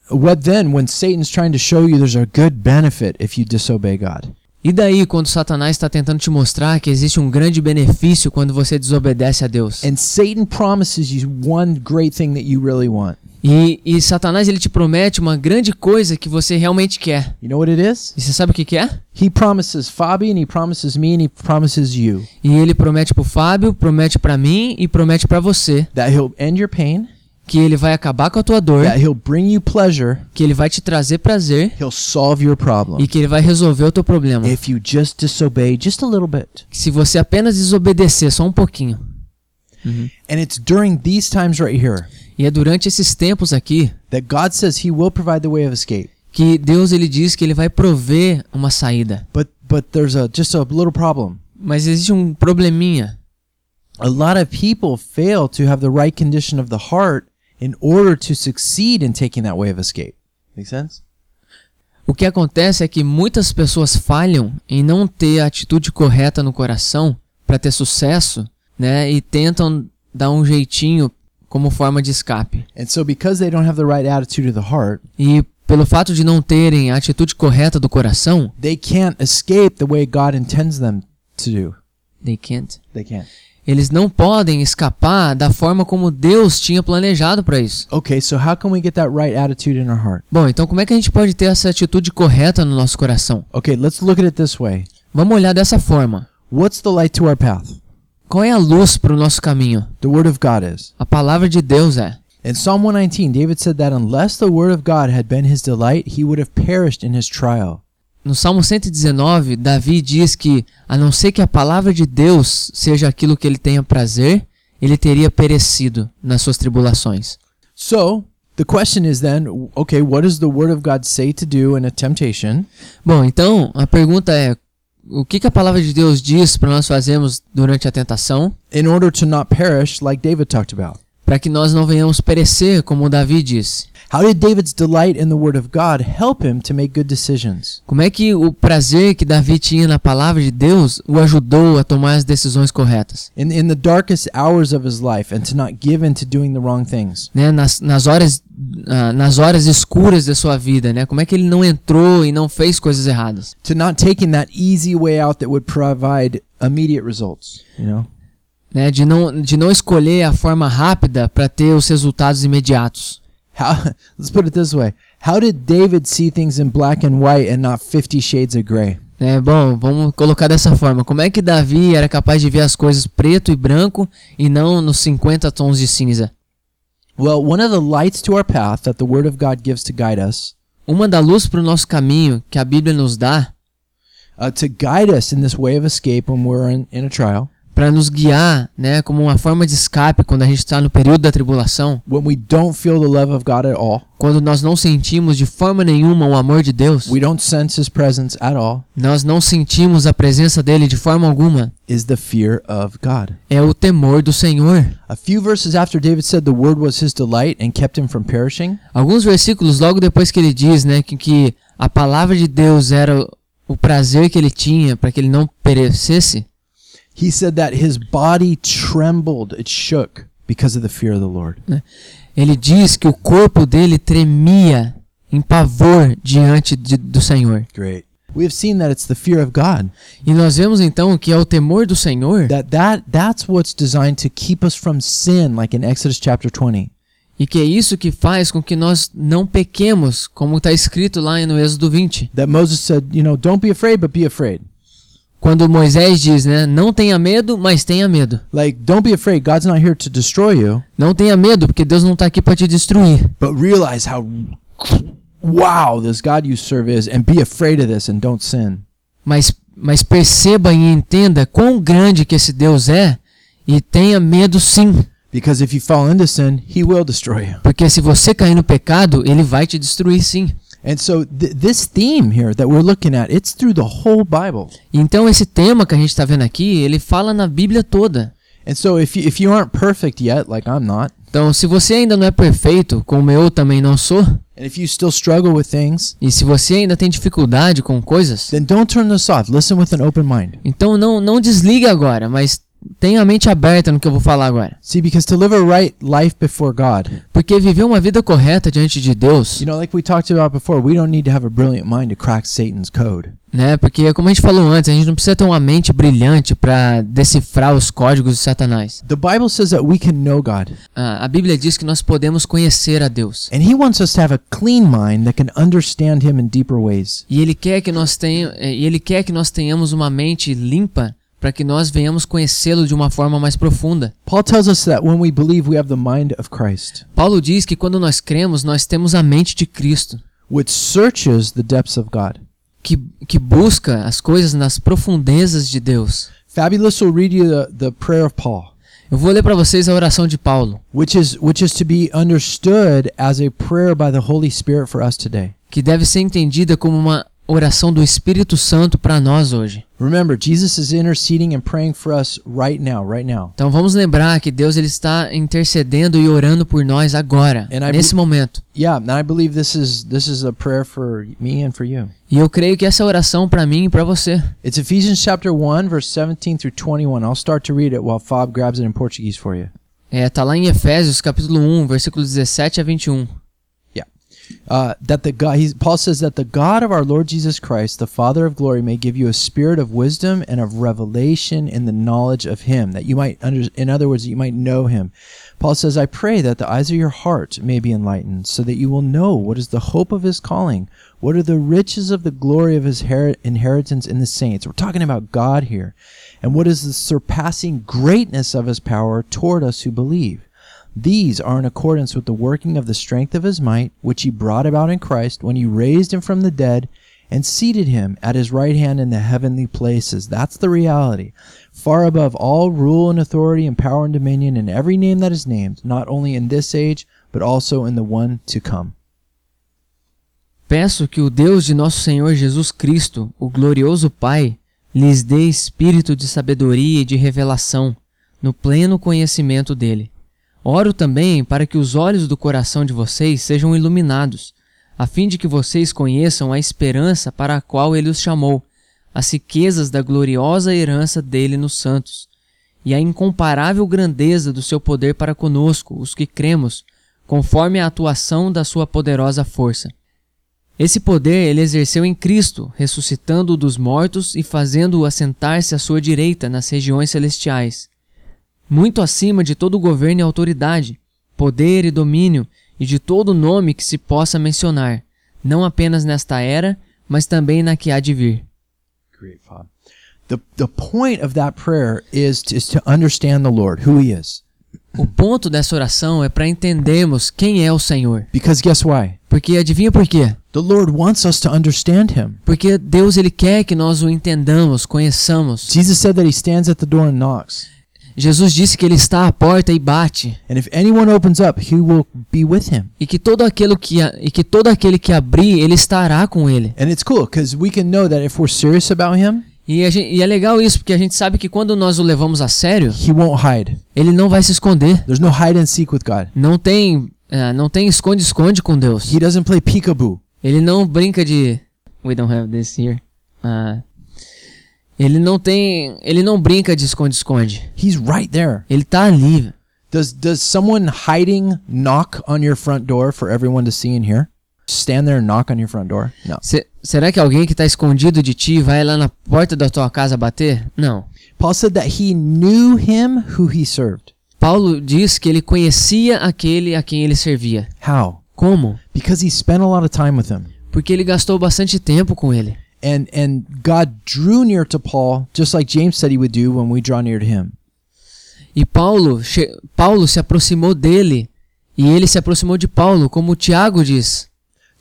Speaker 1: What then when Satan's trying to show you there's a good benefit if you disobey God?
Speaker 2: E daí quando Satanás está tentando te mostrar que existe um grande benefício quando você desobedece a Deus?
Speaker 1: And Satan promises you one great thing that you really want.
Speaker 2: E, e Satanás ele te promete uma grande coisa que você realmente quer.
Speaker 1: You know what it is?
Speaker 2: E você sabe o que, que é?
Speaker 1: He promises Fabi and he promises me and he promises you
Speaker 2: E ele promete pro Fábio, promete pra mim e promete pra você
Speaker 1: that he'll end your pain,
Speaker 2: que ele vai acabar com a tua dor,
Speaker 1: that he'll bring you pleasure,
Speaker 2: que ele vai te trazer prazer
Speaker 1: he'll solve your problem.
Speaker 2: e que ele vai resolver o teu problema.
Speaker 1: If you just disobey just a little bit.
Speaker 2: Se você apenas desobedecer só um pouquinho.
Speaker 1: And it's during these times right here
Speaker 2: E é durante esses tempos aqui
Speaker 1: that God says he will provide the way of escape.
Speaker 2: que Deus ele diz que ele vai prover uma saída.
Speaker 1: But but there's a just a little problem.
Speaker 2: Mas existe um probleminha.
Speaker 1: A lot of people fail to have the right condition of the heart in order to succeed in taking that way of escape. Make sense?
Speaker 2: O que acontece é que muitas pessoas falham em não ter a atitude correta no coração para ter sucesso, né? E tentam dar um jeitinho como forma de escape.
Speaker 1: And so because they don't have the right attitude of the heart,
Speaker 2: E pelo fato de não terem a atitude correta do coração,
Speaker 1: they can't escape the way God intends them to do.
Speaker 2: they can't.
Speaker 1: They can't.
Speaker 2: Eles não podem escapar da forma como Deus tinha planejado para isso.
Speaker 1: Okay, so how can we get that right attitude in our heart?
Speaker 2: Bom, então como é que a gente pode ter essa atitude correta no nosso coração?
Speaker 1: Okay, let's look at it this way.
Speaker 2: Vamos olhar dessa forma.
Speaker 1: What's the light to our path?
Speaker 2: Qual é a luz para o nosso caminho?
Speaker 1: The word of God is.
Speaker 2: A palavra de Deus é.
Speaker 1: In Psalm 119, David said that unless the word of God had been his delight, he would have perished in his trial.
Speaker 2: No Salmo 119, Davi diz que, a não ser que a palavra de Deus seja aquilo que ele tenha prazer, ele teria perecido nas suas tribulações.
Speaker 1: So, the question is then, okay, what does the word of God say to do in a temptation?
Speaker 2: Bom, então a pergunta é: o que, que a palavra de Deus diz para nós fazermos durante a tentação,
Speaker 1: in order to not perish like David talked about.
Speaker 2: para que nós não venhamos perecer, como Davi disse?
Speaker 1: How did David's delight in the word of God help him to make good decisions?
Speaker 2: Como é que o prazer que Davi tinha na palavra de Deus o ajudou a tomar as decisões corretas?
Speaker 1: In in the darkest hours of his life and to not give in to doing the wrong things.
Speaker 2: né, nas, nas horas ah, nas horas escuras da sua vida, né? Como é que ele não entrou e não fez coisas erradas?
Speaker 1: To not taking that easy way out that would provide immediate results, you know?
Speaker 2: Né? De não de não escolher a forma rápida para ter os resultados imediatos.
Speaker 1: How let's put it this way. How did David see things in black and white and not 50 shades of gray?
Speaker 2: Né? Bom, vamos colocar dessa forma. Como é que Davi era capaz de ver as coisas preto e branco e não nos 50 tons de cinza?
Speaker 1: Well, one of the lights to our path that the word of God gives to guide us,
Speaker 2: Uma da luz para o nosso caminho que a Bíblia nos dá
Speaker 1: uh, to guide us in this way of escape when we're in, in a trial,
Speaker 2: para nos guiar, né, como uma forma de escape quando a gente está no período da tribulação,
Speaker 1: when we don't feel the love of God at all,
Speaker 2: quando nós não sentimos de forma nenhuma o amor de Deus.
Speaker 1: we don't sense his presence at all
Speaker 2: nós não sentimos a presença dele de forma alguma
Speaker 1: is the fear of God.
Speaker 2: é o temor do Senhor.
Speaker 1: A few verses after David said the word was his delight and kept him from perishing,
Speaker 2: Alguns versículos logo depois que ele diz, né, que, que a palavra de Deus era o- o prazer que ele tinha para que ele não perecesse,
Speaker 1: he said that his body trembled, it shook because of the fear of the Lord.
Speaker 2: ele diz que o corpo dele tremia em pavor diante de- do Senhor.
Speaker 1: Great. We have seen that it's the fear of God.
Speaker 2: E nós vemos então que é o temor do Senhor
Speaker 1: That that that's what's designed to keep us from sin like in Exodus chapter 20.
Speaker 2: e que é isso que faz com que nós não pequemos, como está escrito lá no Êxodo 20.
Speaker 1: That Moses said, you know, don't be afraid, but be afraid.
Speaker 2: Quando Moisés diz, né, não tenha medo, mas tenha medo.
Speaker 1: Like don't be afraid, God's not here to destroy you,
Speaker 2: Não tenha medo, porque Deus não está aqui para te destruir.
Speaker 1: but realize how wow this God you serve is and be afraid of this and don't sin.
Speaker 2: Mas, mas perceba e entenda quão grande que esse Deus é e tenha medo sim.
Speaker 1: Because if you fall into sin, he will destroy you.
Speaker 2: Porque se você cair no pecado, ele vai te destruir sim.
Speaker 1: And so th- this theme here that we're looking at, it's through the whole Bible.
Speaker 2: tá Então esse tema que a gente está vendo aqui, ele fala na Bíblia toda.
Speaker 1: And so if you, if you aren't perfect yet, like I'm not,
Speaker 2: Então, se você ainda não é perfeito, como eu também não sou,
Speaker 1: and if you still struggle with things,
Speaker 2: e se você ainda tem dificuldade com coisas,
Speaker 1: then don't turn this off. Listen with an open mind.
Speaker 2: então não, não desligue agora, mas tenha a mente aberta no que eu vou falar agora.
Speaker 1: See, because to live a right life before God,
Speaker 2: Porque viver uma vida correta diante de Deus,
Speaker 1: you know, like we talked about before, we don't need to have a brilliant mind to crack Satan's code.
Speaker 2: né? Porque como a gente falou antes, a gente não precisa ter uma mente brilhante para decifrar os códigos de Satanás.
Speaker 1: The Bible says that we can know God,
Speaker 2: Ah, a Bíblia diz que nós podemos conhecer a Deus.
Speaker 1: and He wants us to have a clean mind that can understand Him in deeper ways.
Speaker 2: E ele quer que nós tenha, é, e ele quer que nós tenhamos uma mente limpa para que nós venhamos conhecê-lo de uma forma mais profunda.
Speaker 1: Paul tells us that when we believe, we have the mind of Christ,
Speaker 2: Paulo diz que quando nós cremos, nós temos a mente de Cristo,
Speaker 1: which searches the depths of God.
Speaker 2: que, que busca as coisas nas profundezas de Deus.
Speaker 1: Fabulous will read you the, the prayer of Paul,
Speaker 2: Eu vou ler para vocês a oração de Paulo,
Speaker 1: which is which is to be understood as a prayer by the Holy Spirit for us today.
Speaker 2: que deve ser entendida como uma oração do Espírito Santo para nós hoje.
Speaker 1: Remember, Jesus is interceding and praying for us right now, right now.
Speaker 2: Então vamos lembrar que Deus ele está intercedendo e orando por nós agora,
Speaker 1: And I
Speaker 2: nesse momento.
Speaker 1: Yeah, and I believe this is this is a prayer for me and for you.
Speaker 2: E eu creio que essa oração para mim e para você
Speaker 1: It's Ephesians chapter 1 verse 17 through 21. I'll start to read it while Fob grabs it in Portuguese for you.
Speaker 2: É, tá lá em Efésios, capítulo 1, versículo 17 a 21.
Speaker 1: Uh, that the God, he's, Paul says that the God of our Lord Jesus Christ, the Father of glory, may give you a spirit of wisdom and of revelation in the knowledge of Him, that you might, under, in other words, that you might know Him. Paul says, I pray that the eyes of your heart may be enlightened, so that you will know what is the hope of His calling, what are the riches of the glory of His heri- inheritance in the saints. We're talking about God here, and what is the surpassing greatness of His power toward us who believe. These are in accordance with the working of the strength of his might, which he brought about in Christ when he raised him from the dead and seated him at his right hand in the heavenly places. That's the reality. Far above all rule and authority and power and dominion and every name that is named, not only in this age, but also in the one to come.
Speaker 2: Peço que o Deus de nosso Senhor Jesus Cristo, o glorioso Pai, lhes dê espírito de sabedoria e de revelação, no pleno conhecimento dele. Oro também para que os olhos do coração de vocês sejam iluminados, a fim de que vocês conheçam a esperança para a qual ele os chamou, as riquezas da gloriosa herança dele nos santos, e a incomparável grandeza do seu poder para conosco, os que cremos, conforme a atuação da sua poderosa força. Esse poder ele exerceu em Cristo, ressuscitando-o dos mortos e fazendo-o assentar-se à sua direita nas regiões celestiais, muito acima de todo governo e autoridade, poder e domínio e de todo nome que se possa mencionar, não apenas nesta era, mas também na que há de vir.
Speaker 1: Great, Bob. The, the point of that prayer is to, is to understand the Lord, who he is.
Speaker 2: O ponto dessa oração é para entendermos quem é o Senhor.
Speaker 1: Because guess why?
Speaker 2: Porque adivinha por quê?
Speaker 1: The Lord wants us to understand him.
Speaker 2: Porque Deus ele quer que nós o entendamos, conheçamos.
Speaker 1: Jesus said that he stands at the door and knocks.
Speaker 2: Jesus disse que ele está à porta e bate.
Speaker 1: And if anyone opens up, he will be with him.
Speaker 2: e que todo aquele que a- e que todo aquele que abrir ele estará com ele
Speaker 1: And it's cool because we can know that if we're serious about him,
Speaker 2: e, a gen- e é legal isso porque a gente sabe que quando nós o levamos a sério
Speaker 1: he won't hide.
Speaker 2: ele não vai se esconder
Speaker 1: There's no hide and seek with God.
Speaker 2: não tem ah, não tem esconde esconde com Deus
Speaker 1: He doesn't play peekaboo.
Speaker 2: ele não brinca de we don't have this here Ah. ele não tem ele não brinca de esconde esconde
Speaker 1: He's right there.
Speaker 2: ele tá ali
Speaker 1: Does does someone hiding knock on your front door for everyone to see and hear? Stand there and knock on your front door? No.
Speaker 2: Se- será que alguém que tá escondido de ti vai lá na porta da tua casa bater não
Speaker 1: Paul said that he knew him who he served.
Speaker 2: Paulo diz que ele conhecia aquele a quem ele servia
Speaker 1: How?
Speaker 2: como
Speaker 1: Because he spent a lot of time with him.
Speaker 2: porque ele gastou bastante tempo com ele.
Speaker 1: And and God drew near to Paul just like James said he would do when we draw near to him.
Speaker 2: E Paulo, che- Paulo se aproximou dele, e ele se aproximou de Paulo, como Tiago diz.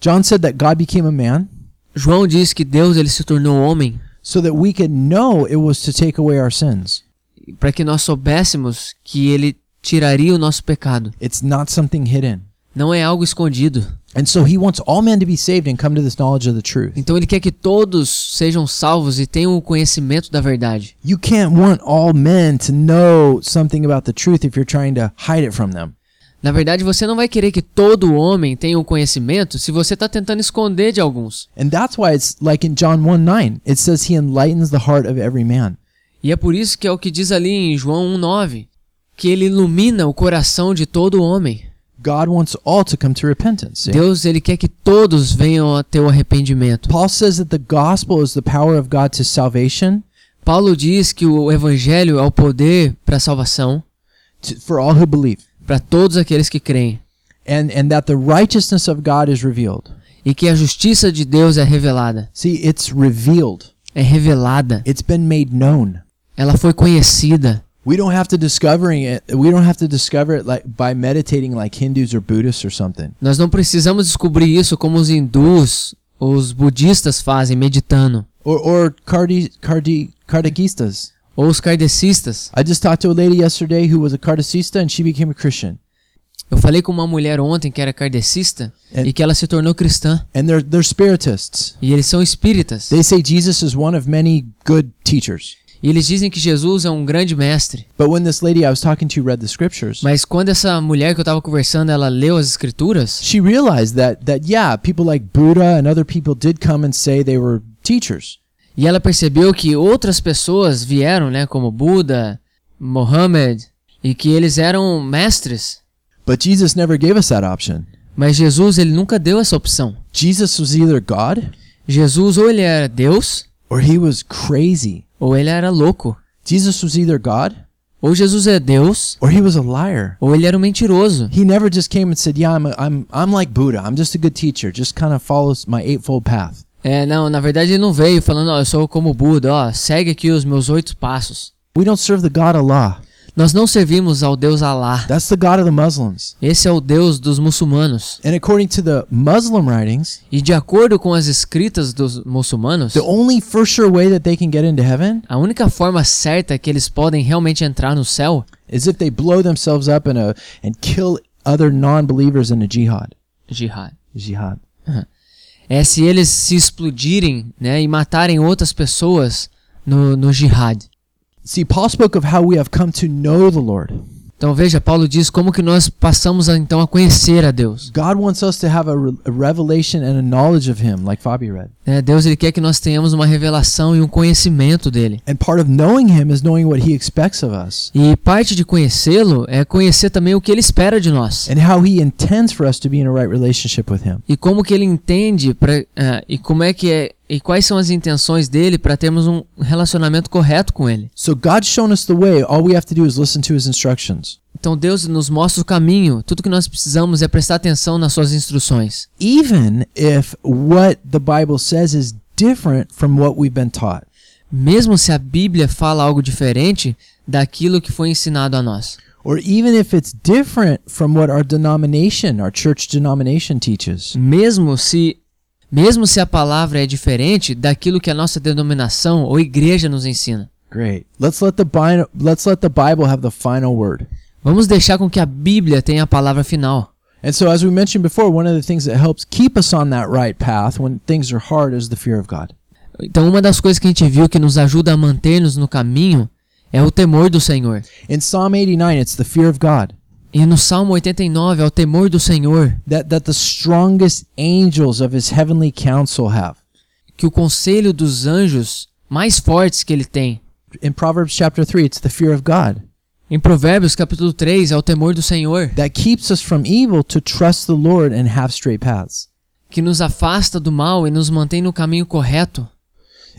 Speaker 1: John said that God became a man
Speaker 2: João diz que Deus ele se tornou homem
Speaker 1: so that we could know it was to take away our sins.
Speaker 2: para que nós soubéssemos que ele tiraria o nosso pecado.
Speaker 1: It's not something hidden.
Speaker 2: Não é algo escondido.
Speaker 1: And so he wants all men to be saved and come to this knowledge of the truth.
Speaker 2: Então ele quer que todos sejam salvos e tenham o conhecimento da verdade.
Speaker 1: You can't want all men to know something about the truth if you're trying to hide it from them.
Speaker 2: Na verdade, você não vai querer que todo homem tenha o conhecimento se você está tentando esconder de alguns.
Speaker 1: And that's why it's like in John 1 9, it says he enlightens the heart of every man.
Speaker 2: E é por isso que é o que diz ali em João 1:9, que ele ilumina o coração de todo homem.
Speaker 1: God wants all to come to repentance. see?
Speaker 2: Deus, ele quer que todos venham a ter o arrependimento.
Speaker 1: Paul says that the gospel is the power of God to salvation
Speaker 2: Paulo diz que o evangelho é o poder para a salvação
Speaker 1: to, for all who believe,
Speaker 2: para todos aqueles que creem
Speaker 1: and, and that the righteousness of God is revealed.
Speaker 2: e que a justiça de Deus é revelada,
Speaker 1: See, it's revealed,
Speaker 2: é revelada,
Speaker 1: it's been made known.
Speaker 2: ela foi conhecida.
Speaker 1: We don't have to discovering it. We don't have to discover it like by meditating like Hindus or Buddhists or something.
Speaker 2: Nós não precisamos descobrir isso como os hindus, os budistas fazem meditando,
Speaker 1: Or or Kardi, Kardi, Kardagistas.
Speaker 2: ou os kardecistas.
Speaker 1: I just talked to a lady yesterday who was a Kardacista and she became a Christian.
Speaker 2: Eu falei com uma mulher ontem que era kardecista
Speaker 1: É.
Speaker 2: e que ela se tornou cristã.
Speaker 1: And they're they're spiritists.
Speaker 2: E eles são espíritas.
Speaker 1: They say Jesus is one of many good teachers.
Speaker 2: E eles dizem que Jesus é um grande mestre.
Speaker 1: But when this lady I was talking to read the scriptures,
Speaker 2: Mas quando essa mulher que eu tava conversando, ela leu as escrituras,
Speaker 1: she realized that that yeah, people like Buddha and other people did come and say they were teachers.
Speaker 2: e ela percebeu que outras pessoas vieram, né, como Buda, Mohammed, e que eles eram mestres.
Speaker 1: But Jesus never gave us that option.
Speaker 2: Mas Jesus, ele nunca deu essa opção.
Speaker 1: Jesus was either God
Speaker 2: Jesus ou ele era Deus,
Speaker 1: or he was crazy.
Speaker 2: ou ele era louco.
Speaker 1: Jesus was either God
Speaker 2: Ou Jesus é Deus,
Speaker 1: or he was a liar.
Speaker 2: ou ele era um mentiroso.
Speaker 1: He never just came and said, "Yeah, I'm a, I'm I'm like Buddha. I'm just a good teacher. Just kind of follows my eightfold path."
Speaker 2: É, não, na verdade ele não veio falando, ó, eu sou como Buda, ó, segue aqui os meus oito passos.
Speaker 1: We don't serve the God Allah.
Speaker 2: Nós não servimos ao Deus Alá.
Speaker 1: That's the God of the Muslims.
Speaker 2: Esse é o Deus dos muçulmanos.
Speaker 1: And according to the Muslim writings,
Speaker 2: E de acordo com as escritas dos muçulmanos,
Speaker 1: the only for sure way that they can get into heaven
Speaker 2: a única forma certa é que eles podem realmente entrar no céu
Speaker 1: is if they blow themselves up in a and kill other non-believers in a jihad.
Speaker 2: jihad,
Speaker 1: Jihad.
Speaker 2: é se eles se explodirem né, e matarem outras pessoas no, no jihad.
Speaker 1: See, Paul spoke of how we have come to know the Lord.
Speaker 2: Então veja, Paulo diz como que nós passamos a, então a conhecer a Deus.
Speaker 1: God wants us to have a, re- a revelation and a knowledge of Him, like Fabi read.
Speaker 2: Né, Deus ele quer que nós tenhamos uma revelação e um conhecimento dele.
Speaker 1: And part of knowing Him is knowing what He expects of us
Speaker 2: E parte de conhecê-lo é conhecer também o que ele espera de nós.
Speaker 1: and how He intends for us to be in a right relationship with Him.
Speaker 2: E como que ele entende pra, ah, e como é que é e quais são as intenções dele para termos um relacionamento correto com ele.
Speaker 1: So God's shown us the way. All we have to do is listen to His instructions.
Speaker 2: Então Deus nos mostra o caminho. Tudo que nós precisamos é prestar atenção nas suas instruções,
Speaker 1: even if what the Bible says is different from what we've been taught.
Speaker 2: mesmo se a Bíblia fala algo diferente daquilo que foi ensinado a nós,
Speaker 1: Or even if it's different from what our denomination, our church denomination teaches.
Speaker 2: mesmo se mesmo se a palavra é diferente daquilo que a nossa denominação ou igreja nos ensina.
Speaker 1: Great. Let's let the Bi- let's let the Bible have the final word.
Speaker 2: Vamos deixar com que a Bíblia tenha a palavra final.
Speaker 1: And so as we mentioned before, one of the things that helps keep us on that right path when things are hard is the fear of God.
Speaker 2: Então, uma das coisas que a gente viu que nos ajuda a manter-nos no caminho é o temor do Senhor.
Speaker 1: In Psalm 89, it's the fear of God.
Speaker 2: E no Salmo 89 é o temor do Senhor
Speaker 1: That, that the strongest angels of his heavenly council have.
Speaker 2: que o conselho dos anjos mais fortes que ele tem.
Speaker 1: In Proverbs chapter 3, it's the fear of God.
Speaker 2: Em Provérbios capítulo 3 é o temor do Senhor
Speaker 1: that keeps us from evil to trust the Lord and have straight paths.
Speaker 2: que nos afasta do mal e nos mantém no caminho correto.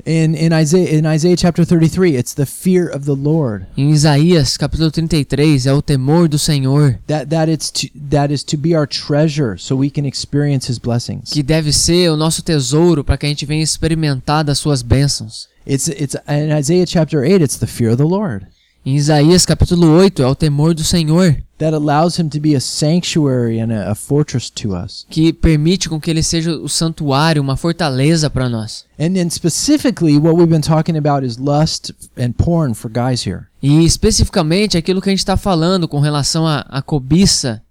Speaker 1: In in Isaiah in Isaiah chapter 33, it's the fear of the Lord
Speaker 2: Em Isaías capítulo 33 é o temor do Senhor
Speaker 1: that that it's to, that is to be our treasure so we can experience his blessings.
Speaker 2: que deve ser o nosso tesouro para que a gente venha experimentar das suas bênçãos.
Speaker 1: It's it's in Isaiah chapter 8, it's the fear of the Lord
Speaker 2: Em Isaías capítulo 8 é o temor do Senhor
Speaker 1: that allows him to be a sanctuary and a, a fortress to us.
Speaker 2: que permite com que ele seja o santuário, uma fortaleza para nós.
Speaker 1: And then specifically what we've been talking about is lust and porn for guys here.
Speaker 2: tá E especificamente aquilo que a gente está falando com relação à à cobiça,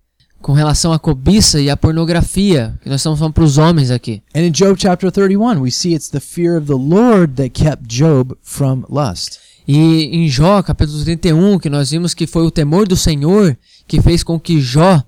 Speaker 2: com relação à cobiça e à pornografia, que nós estamos falando para os homens aqui.
Speaker 1: And in Job chapter 31, we see it's the fear of the Lord that kept Job from lust.
Speaker 2: E em Jó, capítulo 31, que nós vimos que foi o temor do Senhor que fez com que Jó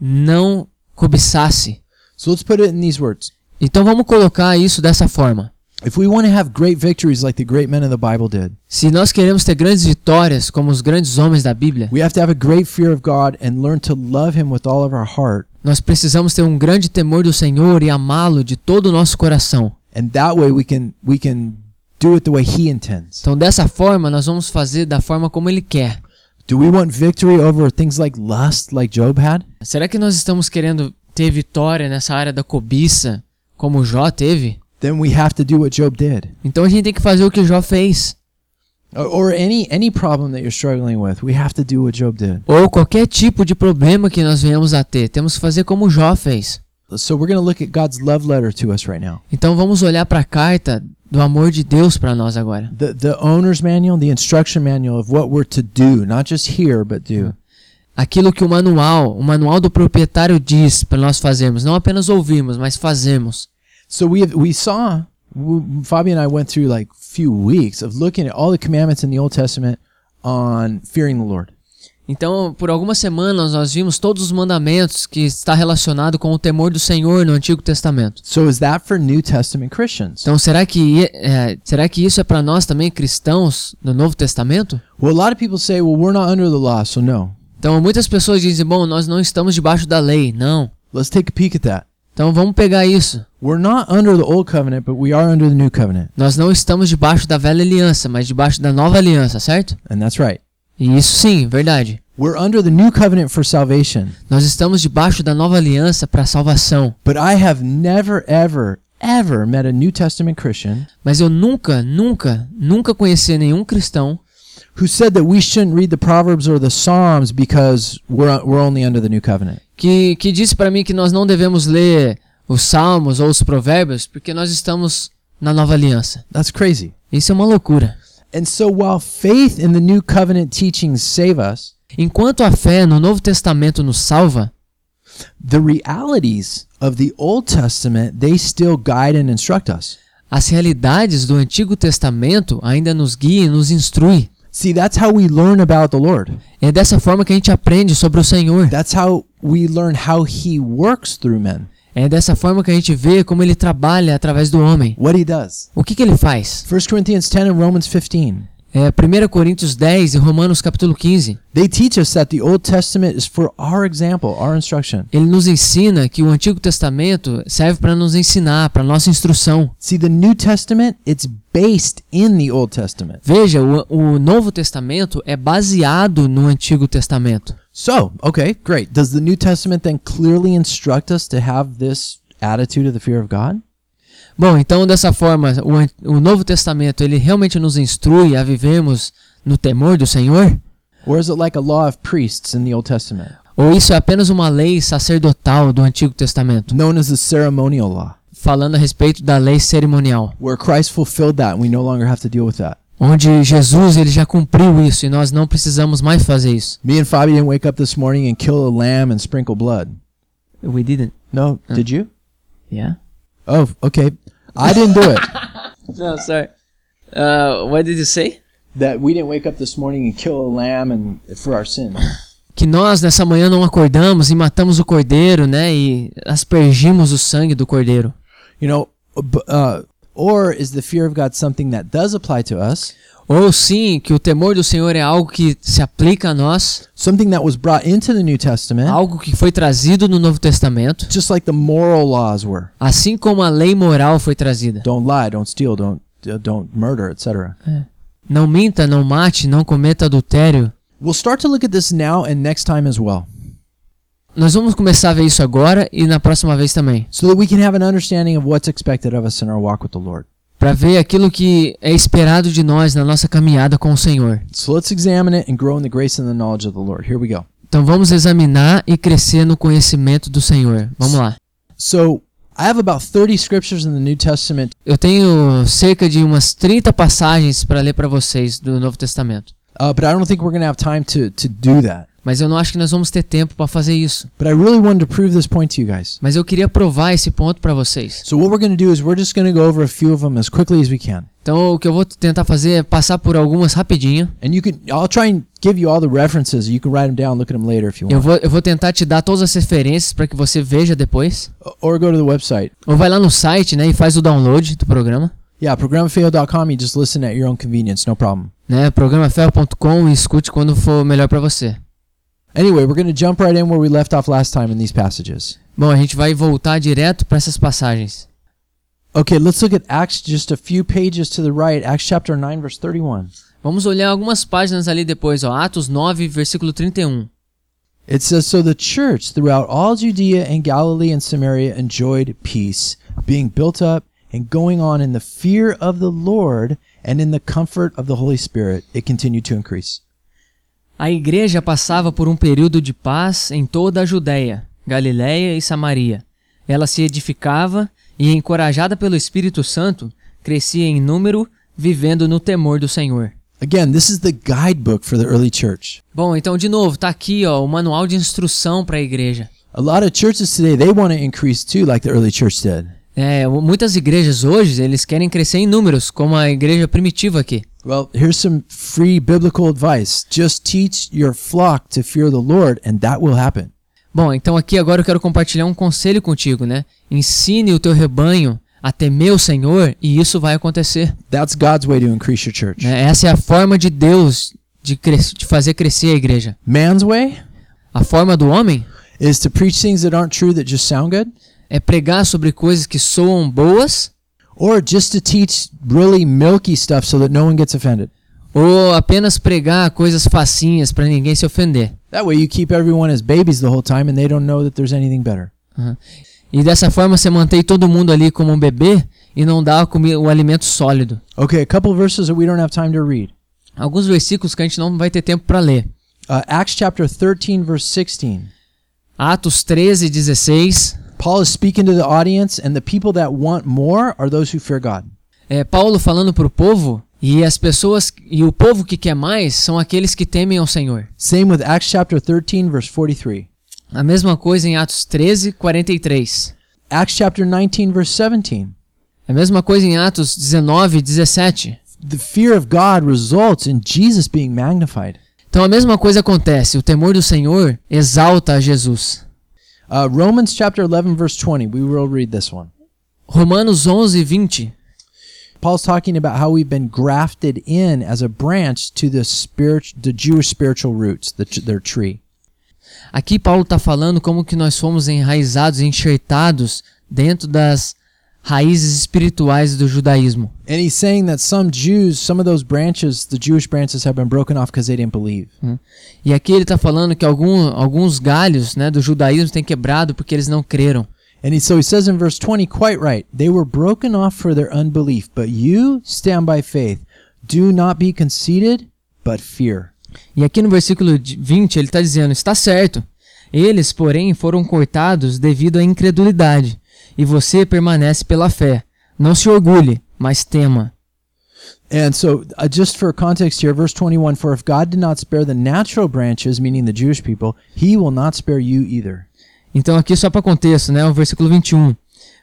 Speaker 2: não cobiçasse.
Speaker 1: So let's put it in these words.
Speaker 2: Então vamos colocar isso dessa forma.
Speaker 1: If we want to have great victories like the great men of the Bible did,
Speaker 2: Se nós queremos ter grandes vitórias como os grandes homens da Bíblia,
Speaker 1: we have to have a great fear of God and learn to love Him with all of our heart.
Speaker 2: nós precisamos ter um grande temor do Senhor e amá-lo de todo o nosso coração.
Speaker 1: And that way we can, we can do it the way He intends.
Speaker 2: Então dessa forma nós vamos fazer da forma como ele quer.
Speaker 1: Do we want victory over things like lust, like Job had?
Speaker 2: Será que nós estamos querendo ter vitória nessa área da cobiça como Jó teve?
Speaker 1: Then we have to do what Job did.
Speaker 2: Então a gente tem que fazer o que Jó fez.
Speaker 1: Or, or any, any problem that you're struggling with, we have to do what Job did.
Speaker 2: Ou qualquer tipo de problema que nós venhamos a ter, temos que fazer como Jó fez.
Speaker 1: So we're going to look at God's love letter to us right now.
Speaker 2: Então vamos olhar para a carta do amor de Deus para nós agora.
Speaker 1: The, the owner's manual, the instruction manual of what we're to do, not just hear, but do.
Speaker 2: Aquilo que o manual, o manual do proprietário diz para nós fazermos, não apenas ouvirmos, mas fazermos.
Speaker 1: So we have, we saw w- Fabi and I went through like few weeks of looking at all the commandments in the Old Testament on fearing the Lord.
Speaker 2: Então, por algumas semanas nós vimos todos os mandamentos que está relacionado com o temor do Senhor no Antigo Testamento.
Speaker 1: So is that for New Testament Christians?
Speaker 2: Então, será que é, será que isso é para nós também cristãos no Novo Testamento?
Speaker 1: Well, a lot of people say, well, we're not under the law, so no.
Speaker 2: Então, muitas pessoas dizem: "Bom, nós não estamos debaixo da lei". Não.
Speaker 1: Let's take a peek at that.
Speaker 2: Então, vamos pegar isso.
Speaker 1: We're not under the old covenant, but we are under the new covenant.
Speaker 2: Nós não estamos debaixo da velha aliança, mas debaixo da nova aliança, certo?
Speaker 1: And that's right.
Speaker 2: E isso sim, verdade.
Speaker 1: We're under the new covenant for salvation.
Speaker 2: Nós estamos debaixo da nova aliança para salvação.
Speaker 1: But I have never, ever, ever met a New Testament Christian
Speaker 2: Mas eu nunca, nunca, nunca conheci nenhum cristão
Speaker 1: who said that we shouldn't read the Proverbs or the Psalms because we're, we're only under the new covenant.
Speaker 2: que, que disse para mim que nós não devemos ler os salmos ou os provérbios porque nós estamos na nova aliança.
Speaker 1: That's crazy.
Speaker 2: Isso é uma loucura.
Speaker 1: And so while faith in the new covenant teachings save us,
Speaker 2: Enquanto a fé no Novo Testamento nos salva,
Speaker 1: the realities of the Old Testament, they still guide and instruct us.
Speaker 2: as realidades do Antigo Testamento ainda nos guiam e nos instruem.
Speaker 1: See, that's how we learn about the Lord.
Speaker 2: É dessa forma que a gente aprende sobre o Senhor.
Speaker 1: That's how we learn how he works through men,
Speaker 2: É dessa forma que a gente vê como ele trabalha através do homem.
Speaker 1: what he does.
Speaker 2: O que, que ele faz?
Speaker 1: 1 Corinthians 10 and Romans 15.
Speaker 2: É 1 Coríntios 10 e Romanos capítulo 15.
Speaker 1: They teach us that the Old Testament is for our example, our instruction.
Speaker 2: Ele nos ensina que o Antigo Testamento serve para nos ensinar, para nossa instrução.
Speaker 1: See, the New Testament, it's based in the Old Testament.
Speaker 2: Veja, o, o Novo Testamento é baseado no Antigo Testamento.
Speaker 1: So, okay, great. Does the New Testament then clearly instruct us to have this attitude of the fear of God?
Speaker 2: Bom, então dessa forma, o, An- o Novo Testamento ele realmente nos instrui a vivermos no temor do Senhor?
Speaker 1: Or is it like a law of priests in the Old Testament,
Speaker 2: Ou isso é apenas uma lei sacerdotal do Antigo Testamento,
Speaker 1: known as the ceremonial law,
Speaker 2: falando a respeito da lei cerimonial?
Speaker 1: where Christ fulfilled that and we no longer have to deal with that?
Speaker 2: onde Jesus ele já cumpriu isso e nós não precisamos mais fazer isso.
Speaker 1: Me and Fabi didn't wake up this morning and kill a lamb and sprinkle blood.
Speaker 2: We didn't.
Speaker 1: No, did you?
Speaker 2: Yeah.
Speaker 1: Oh, okay. I didn't do it.
Speaker 2: No, sorry. Uh, what did you say?
Speaker 1: that we didn't wake up this morning and kill a lamb and for our sin.
Speaker 2: Que nós nessa manhã não acordamos e matamos o cordeiro, né? E aspergimos o sangue do cordeiro.
Speaker 1: You know, b- uh, or is the fear of God something that does apply to us?
Speaker 2: Ou sim, que o temor do Senhor é algo que se aplica a nós, né,
Speaker 1: Something that was brought into the New Testament,
Speaker 2: algo que foi trazido no Novo Testamento,
Speaker 1: just like the moral laws were.
Speaker 2: assim como a lei moral foi trazida.
Speaker 1: Don't lie, don't steal, don't uh, don't murder, etc.
Speaker 2: Não minta, não mate, não cometa adultério.
Speaker 1: We'll start to look at this now and next time as well,
Speaker 2: Nós vamos começar a ver isso agora e na próxima vez também.
Speaker 1: so that we can have an understanding of what's expected of us in our walk with the Lord.
Speaker 2: para ver aquilo que é esperado de nós na nossa caminhada com o Senhor.
Speaker 1: So let's examine it and grow in the grace and the knowledge of the Lord. Here we go.
Speaker 2: Então vamos examinar e crescer no conhecimento do Senhor. Vamos lá.
Speaker 1: So I have about 30 scriptures in the New Testament
Speaker 2: Eu tenho cerca de umas 30 passagens para ler para vocês do Novo Testamento,
Speaker 1: Uh, but I don't think we're going to have time to, to do that.
Speaker 2: Mas eu não acho que nós vamos ter tempo para fazer isso.
Speaker 1: But I really wanted to prove this point to you guys.
Speaker 2: Mas eu queria provar esse ponto para vocês.
Speaker 1: So what we're going to do is we're just going to go over a few of them as quickly as we can.
Speaker 2: Então o que eu vou tentar fazer é passar por algumas rapidinho.
Speaker 1: And you can I'll try and give you all the references. You can write them down, look at them later if you
Speaker 2: Eu
Speaker 1: want.
Speaker 2: vou, eu vou tentar te dar todas as referências para que você veja depois.
Speaker 1: Or go to the website.
Speaker 2: Ou vai lá no site né, e faz o download do programa.
Speaker 1: Yeah, programafeo.com, you just listen at your own convenience, no problem.
Speaker 2: Né, programaferro.com e escute quando for melhor para você.
Speaker 1: Anyway, we're going to jump right in where we left off last time in these passages.
Speaker 2: Bom, a gente vai voltar direto para essas passagens.
Speaker 1: Okay, let's look at Acts just a few pages to the right, Acts chapter 9 verse 31.
Speaker 2: Vamos olhar algumas páginas ali depois, ó, Atos 9, versículo 31.
Speaker 1: It says, So the church throughout all Judea and Galilee and Samaria enjoyed peace, being built up and going on in the fear of the Lord and in the comfort of the Holy Spirit. It continued to increase.
Speaker 2: A igreja passava por um período de paz em toda a Judéia, Galiléia e Samaria. Ela se edificava e, encorajada pelo Espírito Santo, crescia em número, vivendo no temor do Senhor.
Speaker 1: Again, this is the guidebook for the early church.
Speaker 2: Bom, então de novo, tá aqui ó, o manual de instrução para a igreja.
Speaker 1: A lot of churches today, they want to increase too, like the early church did.
Speaker 2: É, o- muitas igrejas hoje, eles querem crescer em números, como a igreja primitiva aqui.
Speaker 1: Well, here's some free biblical advice. Just teach your flock to fear the Lord, and that will happen.
Speaker 2: Bom, então aqui agora eu quero compartilhar um conselho contigo, né? Ensine o teu rebanho a temer o Senhor e isso vai acontecer.
Speaker 1: That's God's way to increase your church.
Speaker 2: Né? Essa é a forma de Deus de, cres- de fazer crescer a igreja.
Speaker 1: Man's way
Speaker 2: A forma do homem
Speaker 1: is to preach things that aren't true that just sound good.
Speaker 2: é pregar sobre coisas que soam boas
Speaker 1: or just to teach really milky stuff so that no one gets offended.
Speaker 2: ou apenas pregar coisas facinhas para ninguém se ofender.
Speaker 1: That way, you keep everyone as babies the whole time and they don't know that there's anything better.
Speaker 2: Uhum. E dessa forma você mantém todo mundo ali como um bebê e não dá a comi- o alimento sólido.
Speaker 1: Okay, a couple verses that we don't have time to read.
Speaker 2: Alguns versículos que a gente não vai ter tempo para ler.
Speaker 1: Uh, Acts chapter 13, verse 16.
Speaker 2: Atos 13, 16.
Speaker 1: Paul is speaking to the audience, and the people that want more are those who fear God.
Speaker 2: É Paulo falando pro povo e as pessoas e o povo que quer mais são aqueles que temem ao Senhor.
Speaker 1: Same with Acts chapter 13, verse 43.
Speaker 2: A mesma coisa em Atos 13, 43.
Speaker 1: Acts chapter 19, verse 17.
Speaker 2: É A mesma coisa em Atos 19, 17.
Speaker 1: The fear of God results in Jesus being magnified.
Speaker 2: Então a mesma coisa acontece. O temor do Senhor exalta a Jesus.
Speaker 1: Uh, Romans chapter 11, verse 20. We will read this one.
Speaker 2: Romanos 11, 20.
Speaker 1: Paul's talking about how we've been grafted in as a branch to the spirit, the Jewish spiritual roots, the, their tree.
Speaker 2: Aqui Paulo está falando como que nós fomos enraizados, enxertados dentro das raízes espirituais do judaísmo.
Speaker 1: And he's saying that some Jews, some of those branches, the Jewish branches, have been broken off because they didn't believe.
Speaker 2: E aqui ele está falando que algum, alguns galhos né, do judaísmo têm quebrado porque eles não creram.
Speaker 1: And he, so he says in verse 20, quite right, they were broken off for their unbelief, but you stand by faith. Do not be conceited, but fear.
Speaker 2: E aqui no versículo de- 20 ele está dizendo: Está certo. Eles, porém, foram cortados devido à incredulidade, e você permanece pela fé. Não se orgulhe, mas tema.
Speaker 1: And so, uh, just for context here, verse 21 For if God did not spare the natural branches, meaning the Jewish people, he will not spare you either.
Speaker 2: Então, aqui só para contexto, né? O versículo 21.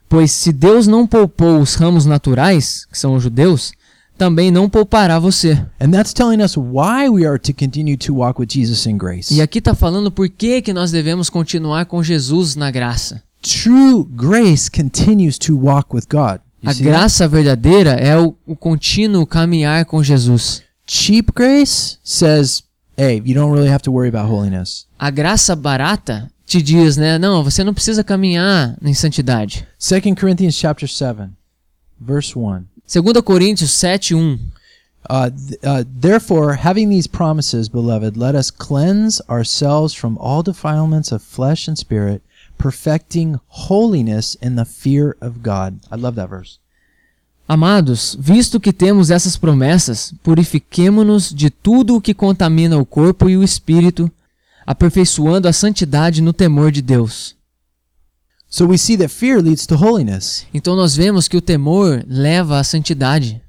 Speaker 2: Pois se Deus não poupou os ramos naturais, que são os judeus, também não poupará você.
Speaker 1: And that's telling us why we are to continue to walk with Jesus in grace.
Speaker 2: E aqui está falando por que, que nós devemos continuar com Jesus na graça.
Speaker 1: True grace continues to walk with God. You
Speaker 2: A
Speaker 1: see that?
Speaker 2: graça verdadeira é o, o contínuo caminhar com Jesus.
Speaker 1: Cheap grace says, hey, you don't really have to worry about holiness.
Speaker 2: A graça barata te diz, né? Não, você não precisa caminhar em santidade.
Speaker 1: 2 Corinthians chapter 7, verse 1.
Speaker 2: 2 Coríntios 7:1.
Speaker 1: Uh, th- uh, Therefore, having these promises, beloved, let us cleanse ourselves from all defilements of flesh and spirit, perfecting holiness in the fear of God. I love that verse.
Speaker 2: Amados, visto que temos essas promessas, purifiquemo-nos de tudo o que contamina o corpo e o espírito, aperfeiçoando a santidade no temor de Deus.
Speaker 1: So we see that fear leads to holiness.
Speaker 2: Então nós vemos que o temor leva à santidade.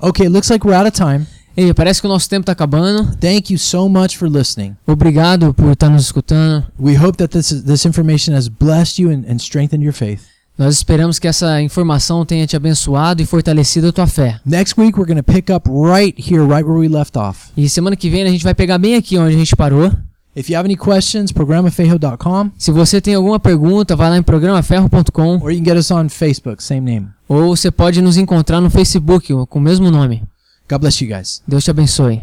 Speaker 1: Okay, it looks like we're out of time.
Speaker 2: Ei, parece que o nosso tempo está acabando.
Speaker 1: Thank you so much for listening.
Speaker 2: Obrigado por estar nos escutando.
Speaker 1: We hope that this, this information has blessed you and, and strengthened your faith.
Speaker 2: Nós esperamos que essa informação tenha te abençoado e fortalecido a tua fé.
Speaker 1: Next week, we're going to pick up right here, right where we left off.
Speaker 2: E semana que vem a gente vai pegar bem aqui onde a gente parou.
Speaker 1: If you have any questions, programafejo.com
Speaker 2: Se você tem alguma pergunta, vai lá em programaferro.com
Speaker 1: or you can get us on Facebook, same name.
Speaker 2: ou você pode nos encontrar no Facebook com o mesmo nome.
Speaker 1: God bless you guys.
Speaker 2: Deus te abençoe.